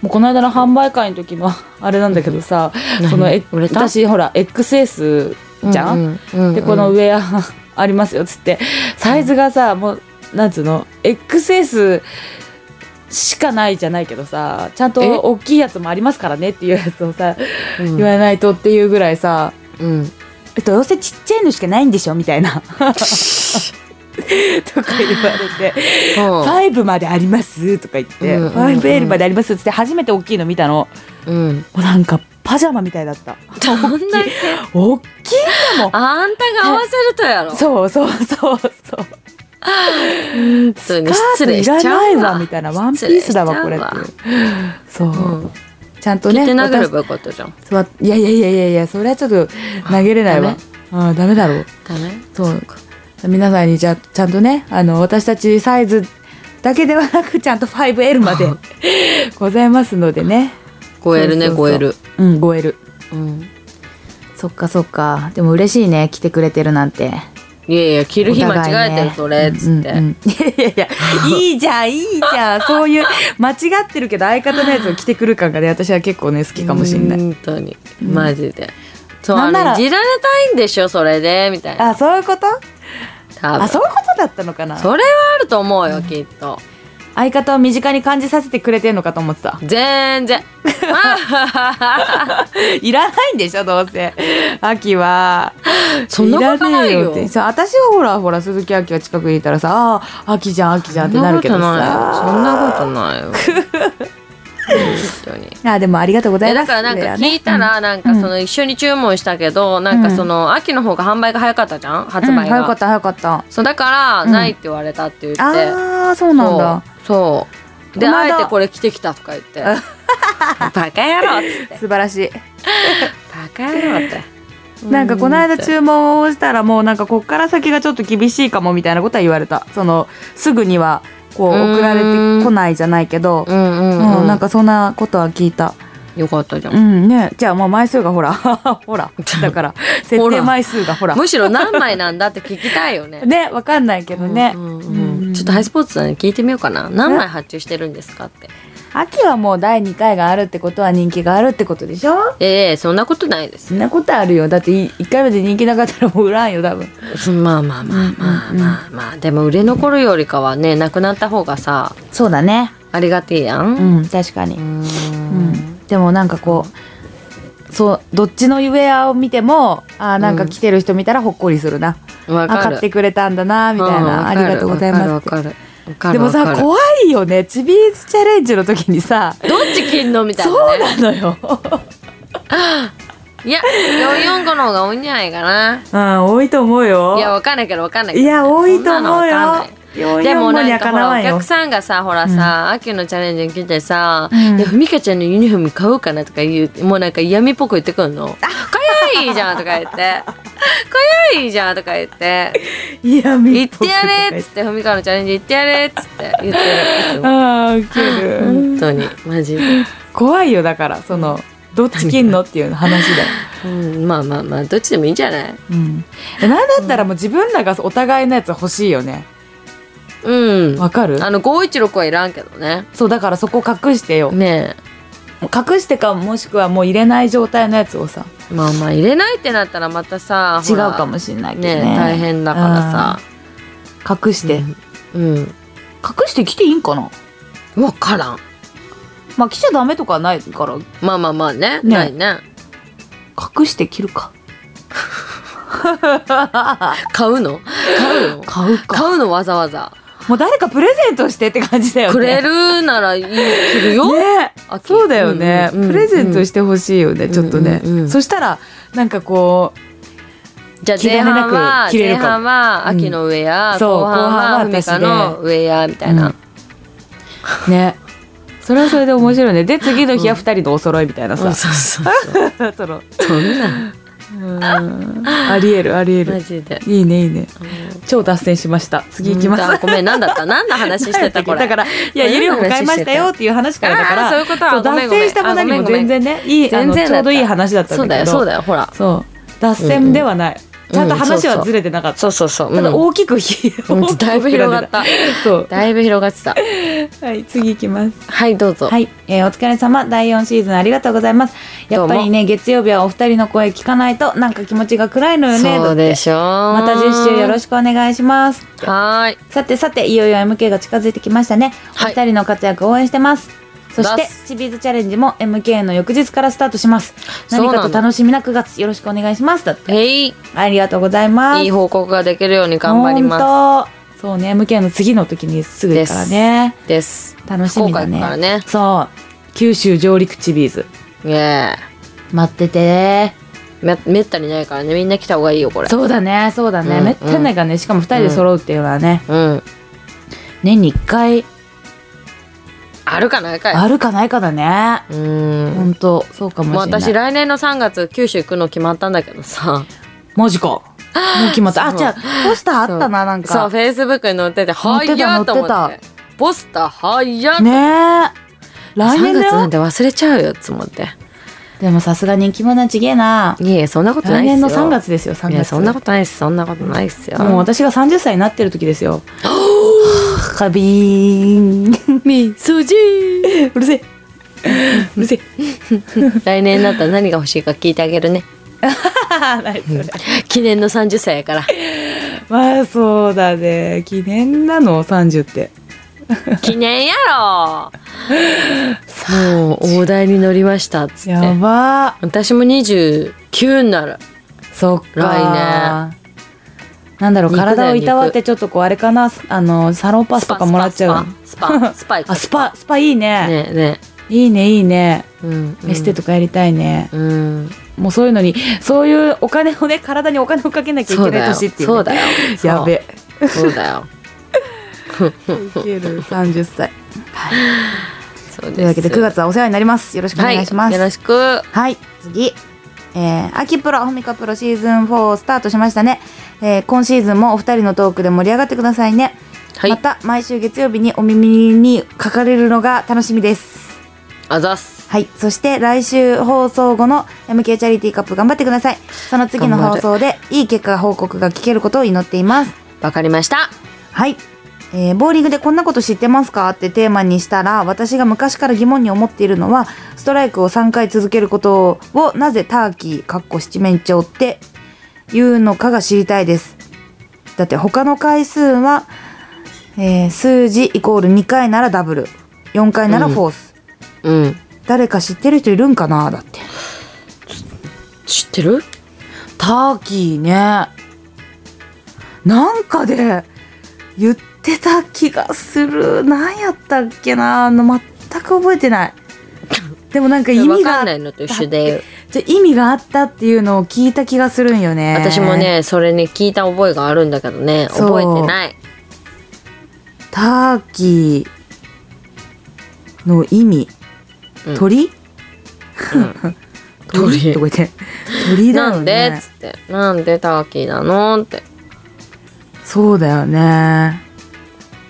[SPEAKER 1] もうこの間の販売会の時のあれなんだけどさ
[SPEAKER 2] 何
[SPEAKER 1] そのえ
[SPEAKER 2] 売れた
[SPEAKER 1] 私ほら XS じゃん、
[SPEAKER 2] うんうんうん
[SPEAKER 1] でこのウェアありますよっつってサイズがさもうなんつうの XS しかないじゃないけどさちゃんと
[SPEAKER 2] え
[SPEAKER 1] 大きいやつもありますからねっていうやつをさ
[SPEAKER 2] うん
[SPEAKER 1] 言わないとっていうぐらいさ
[SPEAKER 2] うん
[SPEAKER 1] どうせちっちゃいのしかないんでしょみたい なとか言われて
[SPEAKER 2] そう
[SPEAKER 1] 5までありますとか言って、
[SPEAKER 2] うんうんうん
[SPEAKER 1] 5L までありますっつって初めて大きいの見たの
[SPEAKER 2] うん
[SPEAKER 1] もうなんかパジャマみたいだった
[SPEAKER 2] どんだけ
[SPEAKER 1] 大きいんだもん
[SPEAKER 2] あんたが合わせるとやろ
[SPEAKER 1] そうそうそうそう
[SPEAKER 2] 本当に失礼しち
[SPEAKER 1] カートいら
[SPEAKER 2] ゃ
[SPEAKER 1] な
[SPEAKER 2] う
[SPEAKER 1] い
[SPEAKER 2] わ
[SPEAKER 1] わみたいなワンピースだわこれってそう、
[SPEAKER 2] うん
[SPEAKER 1] ちゃんと
[SPEAKER 2] 切
[SPEAKER 1] ね
[SPEAKER 2] って投げれ
[SPEAKER 1] 私
[SPEAKER 2] ばよかったじゃん
[SPEAKER 1] そういやいやいやいやいやそれはちょっと投げれないわあダメだろう
[SPEAKER 2] ダメ
[SPEAKER 1] そう皆さんにじゃちゃんとねあの私たちサイズだけではなくちゃんと 5L までございますのでね
[SPEAKER 2] 超えるね
[SPEAKER 1] そう
[SPEAKER 2] 超
[SPEAKER 1] そうそ
[SPEAKER 2] え
[SPEAKER 1] う
[SPEAKER 2] る
[SPEAKER 1] うん 5L
[SPEAKER 2] うん
[SPEAKER 1] そっかそっかでも嬉しいね来てくれてるなんて
[SPEAKER 2] いやいや着る日間違えてるそれっつっ
[SPEAKER 1] うんう
[SPEAKER 2] て
[SPEAKER 1] んうんいやいやいやいいじゃんいいじゃんそ ういう間違ってるけど相方のやつを着てくる感がね私は結構ね好きかもしんない
[SPEAKER 2] 本当にマジでそう
[SPEAKER 1] な
[SPEAKER 2] あ
[SPEAKER 1] んなら
[SPEAKER 2] れいじられたいんでしょそれでみたいな
[SPEAKER 1] あそういうこと
[SPEAKER 2] 多
[SPEAKER 1] あ
[SPEAKER 2] 分
[SPEAKER 1] そういうことだったのかな
[SPEAKER 2] それはあると思うよきっと
[SPEAKER 1] 相方を身近に感じさせてくれてんのかと思っ てた
[SPEAKER 2] 全 然
[SPEAKER 1] いらないんでしょどうせ秋は
[SPEAKER 2] そんなことないよ
[SPEAKER 1] らねえってそう私はほらほら鈴木秋が近くにいたらさあー秋じゃん秋じゃんってなるけど
[SPEAKER 2] そん
[SPEAKER 1] さ
[SPEAKER 2] なことない よそんなことないよ本当に
[SPEAKER 1] あでもありがとうござい
[SPEAKER 2] え
[SPEAKER 1] ま
[SPEAKER 2] だ
[SPEAKER 1] す
[SPEAKER 2] からなん
[SPEAKER 1] だ
[SPEAKER 2] か
[SPEAKER 1] よね
[SPEAKER 2] 聞いたらなんかその一緒に注文したけどなんかその秋の方が販売が早かったじゃん発
[SPEAKER 1] うん
[SPEAKER 2] 売
[SPEAKER 1] 早かっ
[SPEAKER 2] が
[SPEAKER 1] た早かった
[SPEAKER 2] そうだから
[SPEAKER 1] うん
[SPEAKER 2] ないって言われたって言って
[SPEAKER 1] ああそうなんだ
[SPEAKER 2] そうそうで
[SPEAKER 1] この
[SPEAKER 2] あ
[SPEAKER 1] 間
[SPEAKER 2] えてこれ着てきたとか言って バカ野郎っつって
[SPEAKER 1] 素晴らしい
[SPEAKER 2] バカ野郎って
[SPEAKER 1] なんかこの間注文をしたらもうなんかこっから先がちょっと厳しいかもみたいなことは言われたそのすぐにはこう
[SPEAKER 2] うーん
[SPEAKER 1] 送られてこないじゃないけど
[SPEAKER 2] う、んう
[SPEAKER 1] うん
[SPEAKER 2] んうん
[SPEAKER 1] なんかそんなことは聞いた
[SPEAKER 2] よかったじゃ。
[SPEAKER 1] うんんねじゃあもう枚数がほら ほら だから設定枚数がほら
[SPEAKER 2] むしろ何枚なんだって聞きたいよね。
[SPEAKER 1] ねわかんないけどね、
[SPEAKER 2] うんうん
[SPEAKER 1] う
[SPEAKER 2] う
[SPEAKER 1] んうんん
[SPEAKER 2] ちょっとハイスポーツさんに聞いてみようかな。何枚発注してるんですかって。
[SPEAKER 1] 秋はもう第2回があるってことは人気があるってことでしょ
[SPEAKER 2] ええそんなことないです。
[SPEAKER 1] そんなことあるよだって1回目で人気なかったらもう売らんよ多分
[SPEAKER 2] まあまあまあまあまあまあ。でも売れ残るよりかはね、なくなった方がさ、
[SPEAKER 1] そうだね
[SPEAKER 2] ありがてえや。
[SPEAKER 1] うんん確かに、
[SPEAKER 2] うん
[SPEAKER 1] うん、でもなんかこうそうどっちのウエアを見てもあーなんか来てる人見たらほっこりするな、
[SPEAKER 2] わ
[SPEAKER 1] あ
[SPEAKER 2] か
[SPEAKER 1] 買
[SPEAKER 2] る
[SPEAKER 1] って。くれたんだなみたい
[SPEAKER 2] うん
[SPEAKER 1] な、
[SPEAKER 2] わか
[SPEAKER 1] あり
[SPEAKER 2] る
[SPEAKER 1] がとうございま
[SPEAKER 2] わ
[SPEAKER 1] す
[SPEAKER 2] かるわかる
[SPEAKER 1] でも
[SPEAKER 2] わか
[SPEAKER 1] さ
[SPEAKER 2] る
[SPEAKER 1] 怖いよねチビーズチャレンジの時にさ
[SPEAKER 2] どっち切んのみたいな、ね。
[SPEAKER 1] そうなのよ
[SPEAKER 2] いや、445の方が多いんじゃないかな。
[SPEAKER 1] うん多いと思うよ
[SPEAKER 2] いや、わかんないけど、わかんないけ
[SPEAKER 1] い
[SPEAKER 2] ど。
[SPEAKER 1] や多いと思
[SPEAKER 2] そんな
[SPEAKER 1] う
[SPEAKER 2] のわかんな
[SPEAKER 1] よ
[SPEAKER 2] いでもなんか
[SPEAKER 1] か
[SPEAKER 2] ほ
[SPEAKER 1] な
[SPEAKER 2] ら
[SPEAKER 1] わ
[SPEAKER 2] お
[SPEAKER 1] んよ
[SPEAKER 2] 客さんがさほらさ、秋のチャレンジに来てさ、
[SPEAKER 1] うん
[SPEAKER 2] でふみかちゃんのユニフォーム買おうかなとか言うもうなんか嫌味っぽく言ってくんの「かやいいじゃん」とか言って「かやいいじゃん」とか言って
[SPEAKER 1] いや
[SPEAKER 2] 「
[SPEAKER 1] 見
[SPEAKER 2] 行ってやれ」っ つってふみかのチャレンジ行ってやれっつって言ってるいつも
[SPEAKER 1] ああウケる
[SPEAKER 2] 本当にマジで、
[SPEAKER 1] 怖いよだからそのどっち切んのっていう話だよ、
[SPEAKER 2] うん、まあまあまあどっちでもいいんじゃない
[SPEAKER 1] うん、えなんだったらもう自分らがお互いのやつ欲しいよね
[SPEAKER 2] うん
[SPEAKER 1] わかる
[SPEAKER 2] あの516はいらんけどね
[SPEAKER 1] そうだからそこ隠してよ
[SPEAKER 2] ね
[SPEAKER 1] 隠してかもしくはもう入れない状態のやつをさ
[SPEAKER 2] えまあまあ入れないってなったらまたさ
[SPEAKER 1] 違
[SPEAKER 2] ほ
[SPEAKER 1] う
[SPEAKER 2] ら
[SPEAKER 1] かもしれないけど
[SPEAKER 2] ね
[SPEAKER 1] ね
[SPEAKER 2] え大変だからさ
[SPEAKER 1] さ隠して、
[SPEAKER 2] うん
[SPEAKER 1] 隠してきていいんかな
[SPEAKER 2] 分からん
[SPEAKER 1] まあ着ちゃダメとかないから
[SPEAKER 2] まあまあまあね
[SPEAKER 1] ね
[SPEAKER 2] ないね
[SPEAKER 1] 隠して着るか
[SPEAKER 2] 買うの買うの
[SPEAKER 1] 買うか
[SPEAKER 2] 買うのわざわざ
[SPEAKER 1] もう誰かプレゼントしてって感じだよね
[SPEAKER 2] くれるならいい着るよ、
[SPEAKER 1] ね
[SPEAKER 2] 秋
[SPEAKER 1] そうだよね、
[SPEAKER 2] うんうんうん
[SPEAKER 1] プレゼントしてほしいよね、
[SPEAKER 2] ん
[SPEAKER 1] ちょっとね、
[SPEAKER 2] うんうん
[SPEAKER 1] そしたらなんかこ
[SPEAKER 2] じゃあ
[SPEAKER 1] 着
[SPEAKER 2] 前
[SPEAKER 1] られな
[SPEAKER 2] 半
[SPEAKER 1] く
[SPEAKER 2] は
[SPEAKER 1] 着れ
[SPEAKER 2] 前
[SPEAKER 1] るかも
[SPEAKER 2] 半は秋のウェア、
[SPEAKER 1] うんそう
[SPEAKER 2] 後半はふみ
[SPEAKER 1] 後
[SPEAKER 2] か
[SPEAKER 1] 半は
[SPEAKER 2] のウェアみたいな、
[SPEAKER 1] うんうねそれはそれで面白いねで次の日は2人のお揃いみたいなさ、
[SPEAKER 2] うんそうそうそう
[SPEAKER 1] その
[SPEAKER 2] そん なん
[SPEAKER 1] うんありえるありえ
[SPEAKER 2] マ
[SPEAKER 1] る
[SPEAKER 2] ジで
[SPEAKER 1] いいねいいね超脱線しました次行きます、
[SPEAKER 2] うんごめん何だった何の話してたこれ
[SPEAKER 1] だから い
[SPEAKER 2] 何の
[SPEAKER 1] や
[SPEAKER 2] 話
[SPEAKER 1] ユニフォーム買いましたよっていう話からだから
[SPEAKER 2] あーそういうことはごめん
[SPEAKER 1] 脱
[SPEAKER 2] ごめん
[SPEAKER 1] 線したも何
[SPEAKER 2] あ
[SPEAKER 1] も
[SPEAKER 2] ごめんごめん
[SPEAKER 1] 全然ねいいあ
[SPEAKER 2] 全
[SPEAKER 1] の
[SPEAKER 2] 然
[SPEAKER 1] ちょうどいい話だった
[SPEAKER 2] そうんだ
[SPEAKER 1] だけ
[SPEAKER 2] よ
[SPEAKER 1] ど
[SPEAKER 2] そうだよほら
[SPEAKER 1] そう脱線ではない、ちゃんと話はずれてなかった、
[SPEAKER 2] そうそうそう、うん
[SPEAKER 1] ただ大きくひ、
[SPEAKER 2] うん
[SPEAKER 1] 大きく膨ら
[SPEAKER 2] だいぶ広が
[SPEAKER 1] んで
[SPEAKER 2] った
[SPEAKER 1] そう
[SPEAKER 2] だいぶ広がってた
[SPEAKER 1] はい次行きます
[SPEAKER 2] はいどうぞ、
[SPEAKER 1] はい、えーお疲れ様第4シーズンありがとうございますやっぱりね月曜日はお二人の声聞かないとなんか気持ちが暗いのよね
[SPEAKER 2] そうでしょま
[SPEAKER 1] また10週よろ
[SPEAKER 2] し
[SPEAKER 1] しくお願いします
[SPEAKER 2] くはーい
[SPEAKER 1] さてさていよいよ MK が近づいてきましたね、
[SPEAKER 2] はい
[SPEAKER 1] お二人の活躍応援してますそし
[SPEAKER 2] だ
[SPEAKER 1] て
[SPEAKER 2] す
[SPEAKER 1] チビーズチャレンジも MK の翌日からスタートします
[SPEAKER 2] そうな
[SPEAKER 1] 何
[SPEAKER 2] の
[SPEAKER 1] かと楽しみな9月よろしくお願いしますだって
[SPEAKER 2] えい
[SPEAKER 1] ありがとうございます
[SPEAKER 2] いい報告ができるように頑張ります
[SPEAKER 1] すそうね MK の次の時にすぐだからね
[SPEAKER 2] です
[SPEAKER 1] 楽しみだ
[SPEAKER 2] 福岡行くから
[SPEAKER 1] ね
[SPEAKER 2] ね
[SPEAKER 1] そう九州上陸チビーズ
[SPEAKER 2] ね
[SPEAKER 1] 待ってて
[SPEAKER 2] えめめったにないからねみんな来た方がいいよこれ
[SPEAKER 1] そうだねそうだね、
[SPEAKER 2] うん
[SPEAKER 1] めったにないからねしかも2人で揃うっていうのはね、
[SPEAKER 2] うん
[SPEAKER 1] 年に1回
[SPEAKER 2] あるかないかい
[SPEAKER 1] あるかないかだね、
[SPEAKER 2] う
[SPEAKER 1] ほ
[SPEAKER 2] ん
[SPEAKER 1] んとそうかも
[SPEAKER 2] もう
[SPEAKER 1] しれない
[SPEAKER 2] 私来年の3月九州行くの決まったんだけどさ
[SPEAKER 1] マジかもう決まったあ
[SPEAKER 2] そう
[SPEAKER 1] じゃあポスターあったななん
[SPEAKER 2] そう
[SPEAKER 1] か
[SPEAKER 2] フェイスブックに載ってては
[SPEAKER 1] 載ってた
[SPEAKER 2] やと思っ
[SPEAKER 1] 載
[SPEAKER 2] て
[SPEAKER 1] って
[SPEAKER 2] ポスターはや
[SPEAKER 1] ねえ来
[SPEAKER 2] 3
[SPEAKER 1] 年
[SPEAKER 2] 月
[SPEAKER 1] だ
[SPEAKER 2] なん
[SPEAKER 1] よ
[SPEAKER 2] て忘れちゃうよつもって
[SPEAKER 1] でもさすが人気者ちげえない
[SPEAKER 2] えいえそんなことな
[SPEAKER 1] 来
[SPEAKER 2] いっすよ
[SPEAKER 1] 年の3月ですよ3
[SPEAKER 2] いや
[SPEAKER 1] 月
[SPEAKER 2] そんなことないっすそんなことないっすよ
[SPEAKER 1] もう私が30歳になってる時です よカビーン
[SPEAKER 2] みすじ
[SPEAKER 1] うるせえ うるせえ
[SPEAKER 2] 来年になったら何が欲しいか聞いてあげるね
[SPEAKER 1] 何そ れ
[SPEAKER 2] 記念の30歳やから
[SPEAKER 1] まあそうだね記念なの30って
[SPEAKER 2] 記念やろもう大台に乗りましたっつっ
[SPEAKER 1] や
[SPEAKER 2] て
[SPEAKER 1] ば
[SPEAKER 2] 私も29になる
[SPEAKER 1] そっか
[SPEAKER 2] 来
[SPEAKER 1] なんだろう
[SPEAKER 2] 肉だよ
[SPEAKER 1] 体をいたわってちょっとこうあれかなあのサロンパスとかもらっちゃう
[SPEAKER 2] スパスパスパスパ行こう
[SPEAKER 1] あスパスパいいね
[SPEAKER 2] ねえね
[SPEAKER 1] いいねいいね
[SPEAKER 2] えうん
[SPEAKER 1] エステとかやりたいね、
[SPEAKER 2] うん
[SPEAKER 1] もうそういうのにそういうお金をね体にお金をかけなきゃい
[SPEAKER 2] そ
[SPEAKER 1] け
[SPEAKER 2] うだ
[SPEAKER 1] ない
[SPEAKER 2] よ
[SPEAKER 1] 年っていう、ね、
[SPEAKER 2] そうだよそう
[SPEAKER 1] やべ
[SPEAKER 2] そうだよ
[SPEAKER 1] いける30歳
[SPEAKER 2] そうです
[SPEAKER 1] というわけで9月はお世話になりますよろしくお願いしま
[SPEAKER 2] は
[SPEAKER 1] す
[SPEAKER 2] い、よろしく
[SPEAKER 1] はい、次。えー、秋プロ、ホミカプロシーズン4スタートしましたね。えー今シーズンもお二人のトークで盛り上がってくださいね。
[SPEAKER 2] はい
[SPEAKER 1] また、毎週月曜日にお耳にかかれるのが楽しみです。
[SPEAKER 2] あざっす
[SPEAKER 1] はい。そして来週放送後の MK チャリティーカップ頑張ってください。その次の放送でいい結果報告が聞けることを祈っています。
[SPEAKER 2] わかりました。
[SPEAKER 1] はい。えーボーリングでこんなこと知ってますかってテーマにしたら私が昔から疑問に思っているのはストライクを3回続けることをなぜターキーかっこ七面鳥っていうのかが知りたいですだって他の回数は、えー数字イコール2回ならダブル4回ならフォース、
[SPEAKER 2] うん。
[SPEAKER 1] 誰か知ってる人いるんかなだって
[SPEAKER 2] 知ってる
[SPEAKER 1] ターキーねなんかで言ってた気がする何やったっけなあの全く覚えてないでもなんか意
[SPEAKER 2] わ
[SPEAKER 1] 味
[SPEAKER 2] か
[SPEAKER 1] が
[SPEAKER 2] んないのと一緒で。
[SPEAKER 1] じゃ意味があったっていうのを聞いた気がするんよね
[SPEAKER 2] 私もね、それに聞いた覚えがあるんだけどね、
[SPEAKER 1] そう
[SPEAKER 2] 覚えてない。
[SPEAKER 1] ターキーの意味
[SPEAKER 2] うん
[SPEAKER 1] 鳥、
[SPEAKER 2] 鳥
[SPEAKER 1] って覚えて鳥だよ
[SPEAKER 2] な
[SPEAKER 1] ね
[SPEAKER 2] んでっつって。なんでターキーなのって。
[SPEAKER 1] そうだよね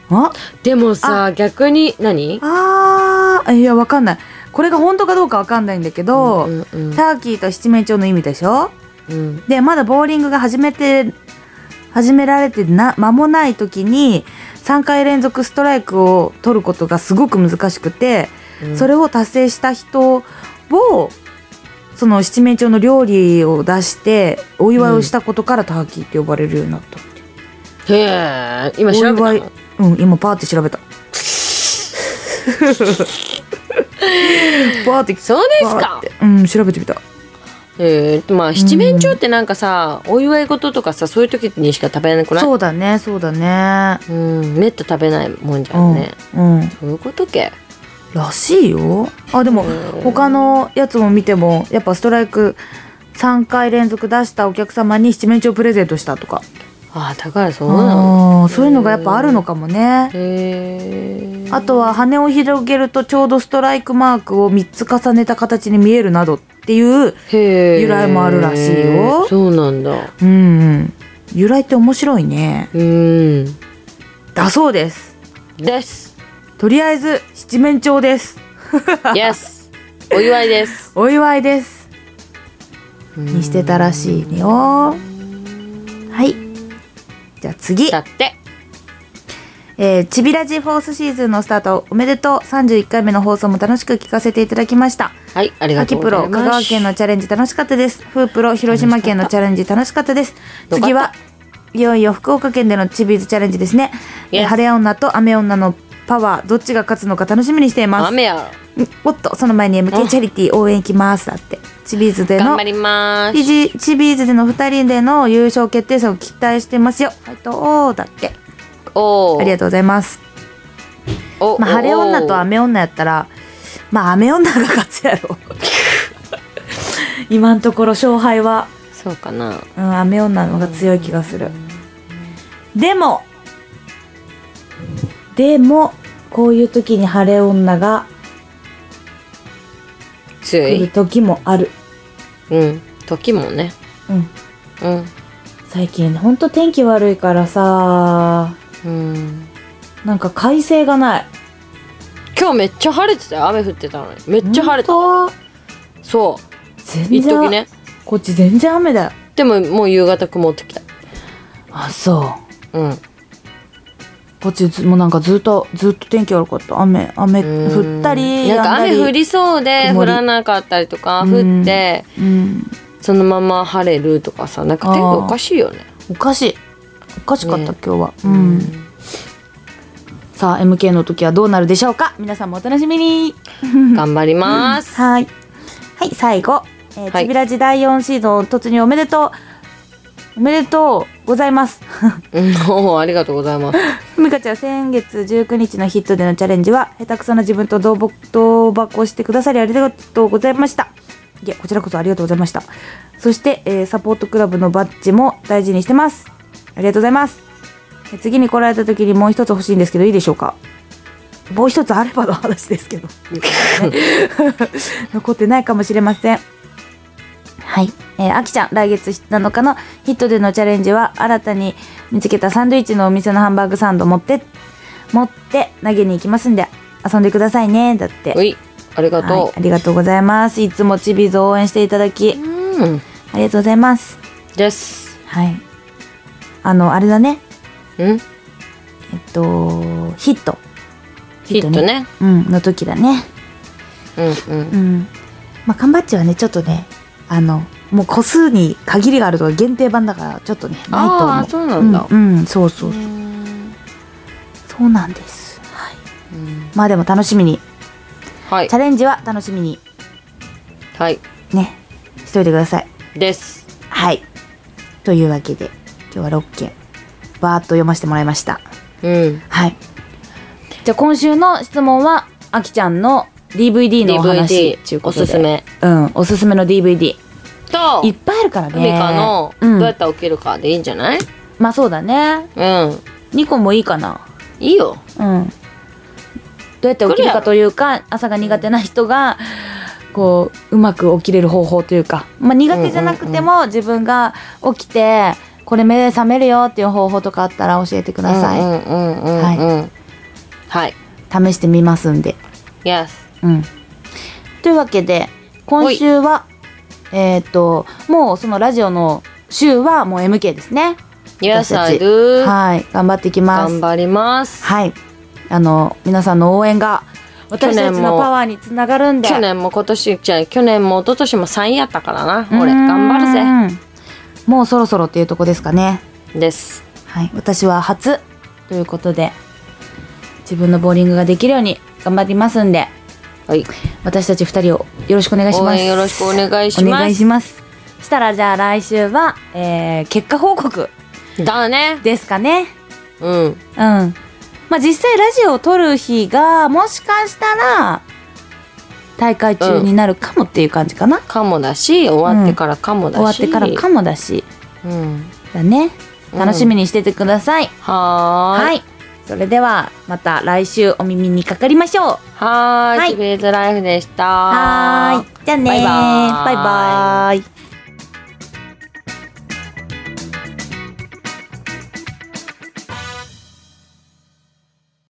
[SPEAKER 1] あ
[SPEAKER 2] でもさ、逆に、何
[SPEAKER 1] あーいやわかんないこれが本当かどうかわかんないんだけど、
[SPEAKER 2] うんうんうん
[SPEAKER 1] ターキーと七面鳥の意味でしょ
[SPEAKER 2] うん。
[SPEAKER 1] でまだボーリングが始めて始められてな間もない時に3回連続ストライクを取ることがすごく難しくて、
[SPEAKER 2] うん
[SPEAKER 1] それを達成した人をその七面鳥の料理を出してお祝いをしたことからターキーって呼ばれるようになったって、
[SPEAKER 2] へえ、今調べ
[SPEAKER 1] お
[SPEAKER 2] た
[SPEAKER 1] 祝い
[SPEAKER 2] の
[SPEAKER 1] うん今パーって調 べたパーって
[SPEAKER 2] そうです
[SPEAKER 1] パー
[SPEAKER 2] か
[SPEAKER 1] ってうん調べてみた
[SPEAKER 2] えー、まあ七面鳥ってなんかさ、お祝い事とかさそういう時にしか食べなくない
[SPEAKER 1] そうだねそうだね
[SPEAKER 2] う、ん、めった食べないもんじゃんね、
[SPEAKER 1] うんうん
[SPEAKER 2] そういうことけ
[SPEAKER 1] らしいよあでも
[SPEAKER 2] うん
[SPEAKER 1] 他のやつも見てもやっぱストライク3回連続出したお客様に七面鳥プレゼントしたとか
[SPEAKER 2] ああだからそうなの
[SPEAKER 1] あーそういうのがやっぱあるのかもね
[SPEAKER 2] へえ
[SPEAKER 1] あとは羽を広げるとちょうどストライクマークを3つ重ねた形に見えるなどっていう
[SPEAKER 2] へー
[SPEAKER 1] 由来もあるらしいよ
[SPEAKER 2] そうなんだ
[SPEAKER 1] うんうん由来って面白いね
[SPEAKER 2] うん
[SPEAKER 1] だそうです
[SPEAKER 2] です
[SPEAKER 1] とりあえず七面鳥です
[SPEAKER 2] Yes お祝いです
[SPEAKER 1] お祝いですにしてたらしいよはいじゃあ次
[SPEAKER 2] だって
[SPEAKER 1] えー、チビラジフォースシーズンのスタートおめでとう31回目の放送も楽しく聞かせていただきました
[SPEAKER 2] はいありがと
[SPEAKER 1] 秋
[SPEAKER 2] うご
[SPEAKER 1] プ
[SPEAKER 2] ざ
[SPEAKER 1] ロ
[SPEAKER 2] い
[SPEAKER 1] 香
[SPEAKER 2] ます
[SPEAKER 1] 川県のチャレンジ楽しかったですフープロ広島県のチャレンジ楽しかったです
[SPEAKER 2] よかった
[SPEAKER 1] 次はいよいよ福岡県でのチビーズチャレンジですね、えー
[SPEAKER 2] Yes
[SPEAKER 1] 晴れ女と雨女のパワーどっちが勝つのか楽しみにしています
[SPEAKER 2] 雨や
[SPEAKER 1] んおっとその前に MK チャリティー応援行きますだってチビーズで
[SPEAKER 2] 頑
[SPEAKER 1] の
[SPEAKER 2] 張ります
[SPEAKER 1] チビチビーズでの2人での優勝決定戦を期待してますよファイトおーだって
[SPEAKER 2] お
[SPEAKER 1] ありが
[SPEAKER 2] と
[SPEAKER 1] とうございます
[SPEAKER 2] うお
[SPEAKER 1] まあ、晴れ女と
[SPEAKER 2] 雨
[SPEAKER 1] 雨女やったらまあ雨女が勝つや ろ今のところ勝敗は、
[SPEAKER 2] そうかな
[SPEAKER 1] うん、雨女の方が強い気がするでもでもこういう時に晴れ女が
[SPEAKER 2] 強
[SPEAKER 1] 来る
[SPEAKER 2] い
[SPEAKER 1] 時もある、
[SPEAKER 2] うん時もね
[SPEAKER 1] うん、
[SPEAKER 2] うん
[SPEAKER 1] 最近ほんと天気悪いからさ
[SPEAKER 2] うん
[SPEAKER 1] なんか快晴がない
[SPEAKER 2] 今日めっちゃ晴れてたよ雨降ってたのにめっちゃ晴れた
[SPEAKER 1] ほんと
[SPEAKER 2] そ
[SPEAKER 1] 全
[SPEAKER 2] う一時
[SPEAKER 1] 然、
[SPEAKER 2] ね
[SPEAKER 1] こっち全然雨だよ
[SPEAKER 2] でももう夕方曇ってきた
[SPEAKER 1] あそう
[SPEAKER 2] うん
[SPEAKER 1] こっちずもうなんかずっとずっと天気悪かった雨雨降ったり
[SPEAKER 2] なんか雨
[SPEAKER 1] やんだ
[SPEAKER 2] 降りそうで
[SPEAKER 1] 曇
[SPEAKER 2] 降
[SPEAKER 1] り
[SPEAKER 2] らなかったりとか
[SPEAKER 1] うん
[SPEAKER 2] 降って
[SPEAKER 1] うん
[SPEAKER 2] そのまま晴れるとかさなんか天気おかしいよね
[SPEAKER 1] おかしいおかしかった、
[SPEAKER 2] ね
[SPEAKER 1] 今日はうん、さあ MK の時はどうなるでしょうか皆さんもお楽しみに
[SPEAKER 2] 頑張ります
[SPEAKER 1] はいはい最後「えー
[SPEAKER 2] はい
[SPEAKER 1] ちびらじ第4シーズン突入おめでとう」おめでとうございます。
[SPEAKER 2] うん おーありがとうございます
[SPEAKER 1] ふみかちゃん、先月19日のヒットでのチャレンジは、下手くそな自分と同ぼ同箱してくださりありがとうございました。いや、こちらこそありがとうございました。そして、えーサポートクラブのバッジも大事にしてます。ありがとうございます。え次に来られた時にもう一つ欲しいんですけど、いいでしょうかもう一つあればの話ですけど。 残ってないかもしれません。はい。えー、あきちゃん、来月7日のヒットでのチャレンジは、新たに見つけたサンドイッチのお店のハンバーグサンド持って、持って投げに行きますんで、遊んでくださいね、だって。
[SPEAKER 2] ういありが
[SPEAKER 1] はい
[SPEAKER 2] と、
[SPEAKER 1] ありがとうございます。いつもチビズを応援していただき
[SPEAKER 2] う。、うん。
[SPEAKER 1] ありがとうございます。
[SPEAKER 2] です。
[SPEAKER 1] はい。あの、あれだね。
[SPEAKER 2] うん
[SPEAKER 1] えっと、ヒット。
[SPEAKER 2] ヒットね。
[SPEAKER 1] うん、の時だね。
[SPEAKER 2] うんうん。
[SPEAKER 1] うん。まあ、缶バッジはね、ちょっとね、あの、もう個数に限りがあるとか限定版だから、ちょっとね、ないと思う。
[SPEAKER 2] あーそうなんだ
[SPEAKER 1] うん、うんそうそうう。
[SPEAKER 2] ん
[SPEAKER 1] そうなんです。はい。
[SPEAKER 2] うん
[SPEAKER 1] まあでも楽しみに。
[SPEAKER 2] はい
[SPEAKER 1] チ。ャレンジは楽しみに、
[SPEAKER 2] はい。
[SPEAKER 1] ね、しといてください。
[SPEAKER 2] です。
[SPEAKER 1] はい。というわけで、今日は6件、バーッと読ませてもらいました。
[SPEAKER 2] うん。
[SPEAKER 1] はい。じゃあ今週の質問は、あきちゃんの DVD のお話
[SPEAKER 2] DVD
[SPEAKER 1] という、こ
[SPEAKER 2] お
[SPEAKER 1] とです
[SPEAKER 2] すめ。
[SPEAKER 1] うん、おすすめの DVD。
[SPEAKER 2] と
[SPEAKER 1] いっ、ぱいあるからね。
[SPEAKER 2] 海かの、
[SPEAKER 1] う
[SPEAKER 2] どうや
[SPEAKER 1] ん
[SPEAKER 2] っ。たら起きるかでいいんじゃない
[SPEAKER 1] まあそうだね。
[SPEAKER 2] うん。
[SPEAKER 1] 2個もいいかな。
[SPEAKER 2] いいよ。
[SPEAKER 1] うん。どうやって起きるかというか、朝が苦手な人が、こう、うまく起きれる方法というか、まあ苦手じゃなくても、自分が起きて、これ目覚めるよっていう方法とかあったら教えてください。
[SPEAKER 2] うんうんうんうん、
[SPEAKER 1] はい
[SPEAKER 2] うん。はい。
[SPEAKER 1] 試してみますんで。
[SPEAKER 2] Yes。
[SPEAKER 1] うん。というわけで、今週は、えっ、と、もうそのラジオの週はもう MK ですね。私
[SPEAKER 2] Yes,
[SPEAKER 1] たち
[SPEAKER 2] I do.
[SPEAKER 1] はい。頑張っていきま
[SPEAKER 2] 頑
[SPEAKER 1] す。
[SPEAKER 2] 張ります。
[SPEAKER 1] はい。あの、皆さんの応援が、私たちのパワーにつながるんで。
[SPEAKER 2] 去年も今年、じゃあ去年も一昨年も3位やったからな。
[SPEAKER 1] う
[SPEAKER 2] 俺、
[SPEAKER 1] ん
[SPEAKER 2] 頑張
[SPEAKER 1] もうそろそろっていうとこですかね。
[SPEAKER 2] るぜ。です。
[SPEAKER 1] はい。私は初ということで、自分のボーリングができるように頑張りますんで、
[SPEAKER 2] はい。
[SPEAKER 1] 私たち二人をよろしくお願いしま
[SPEAKER 2] 応
[SPEAKER 1] す。
[SPEAKER 2] 援よろしくお願いします
[SPEAKER 1] お願いします。したらじゃあ来週は、えー、結果報告
[SPEAKER 2] だね。
[SPEAKER 1] ですかね。
[SPEAKER 2] うん。
[SPEAKER 1] うん。まあ実際ラジオを撮る日がもしかしたら大会中になるかもっていう感じかな。
[SPEAKER 2] かもだし、終わってからかもだ
[SPEAKER 1] 終わっ
[SPEAKER 2] し。
[SPEAKER 1] てからかもだし。
[SPEAKER 2] うん。
[SPEAKER 1] だね。
[SPEAKER 2] うん
[SPEAKER 1] 楽しみにしててください。
[SPEAKER 2] は
[SPEAKER 1] は
[SPEAKER 2] ーい。
[SPEAKER 1] い。それではまた来週お耳にかかりましょう。
[SPEAKER 2] はー。
[SPEAKER 1] はいい
[SPEAKER 2] チビーズライフでした。
[SPEAKER 1] はーい。じゃあねー
[SPEAKER 2] バイバーイ
[SPEAKER 1] バイバーイ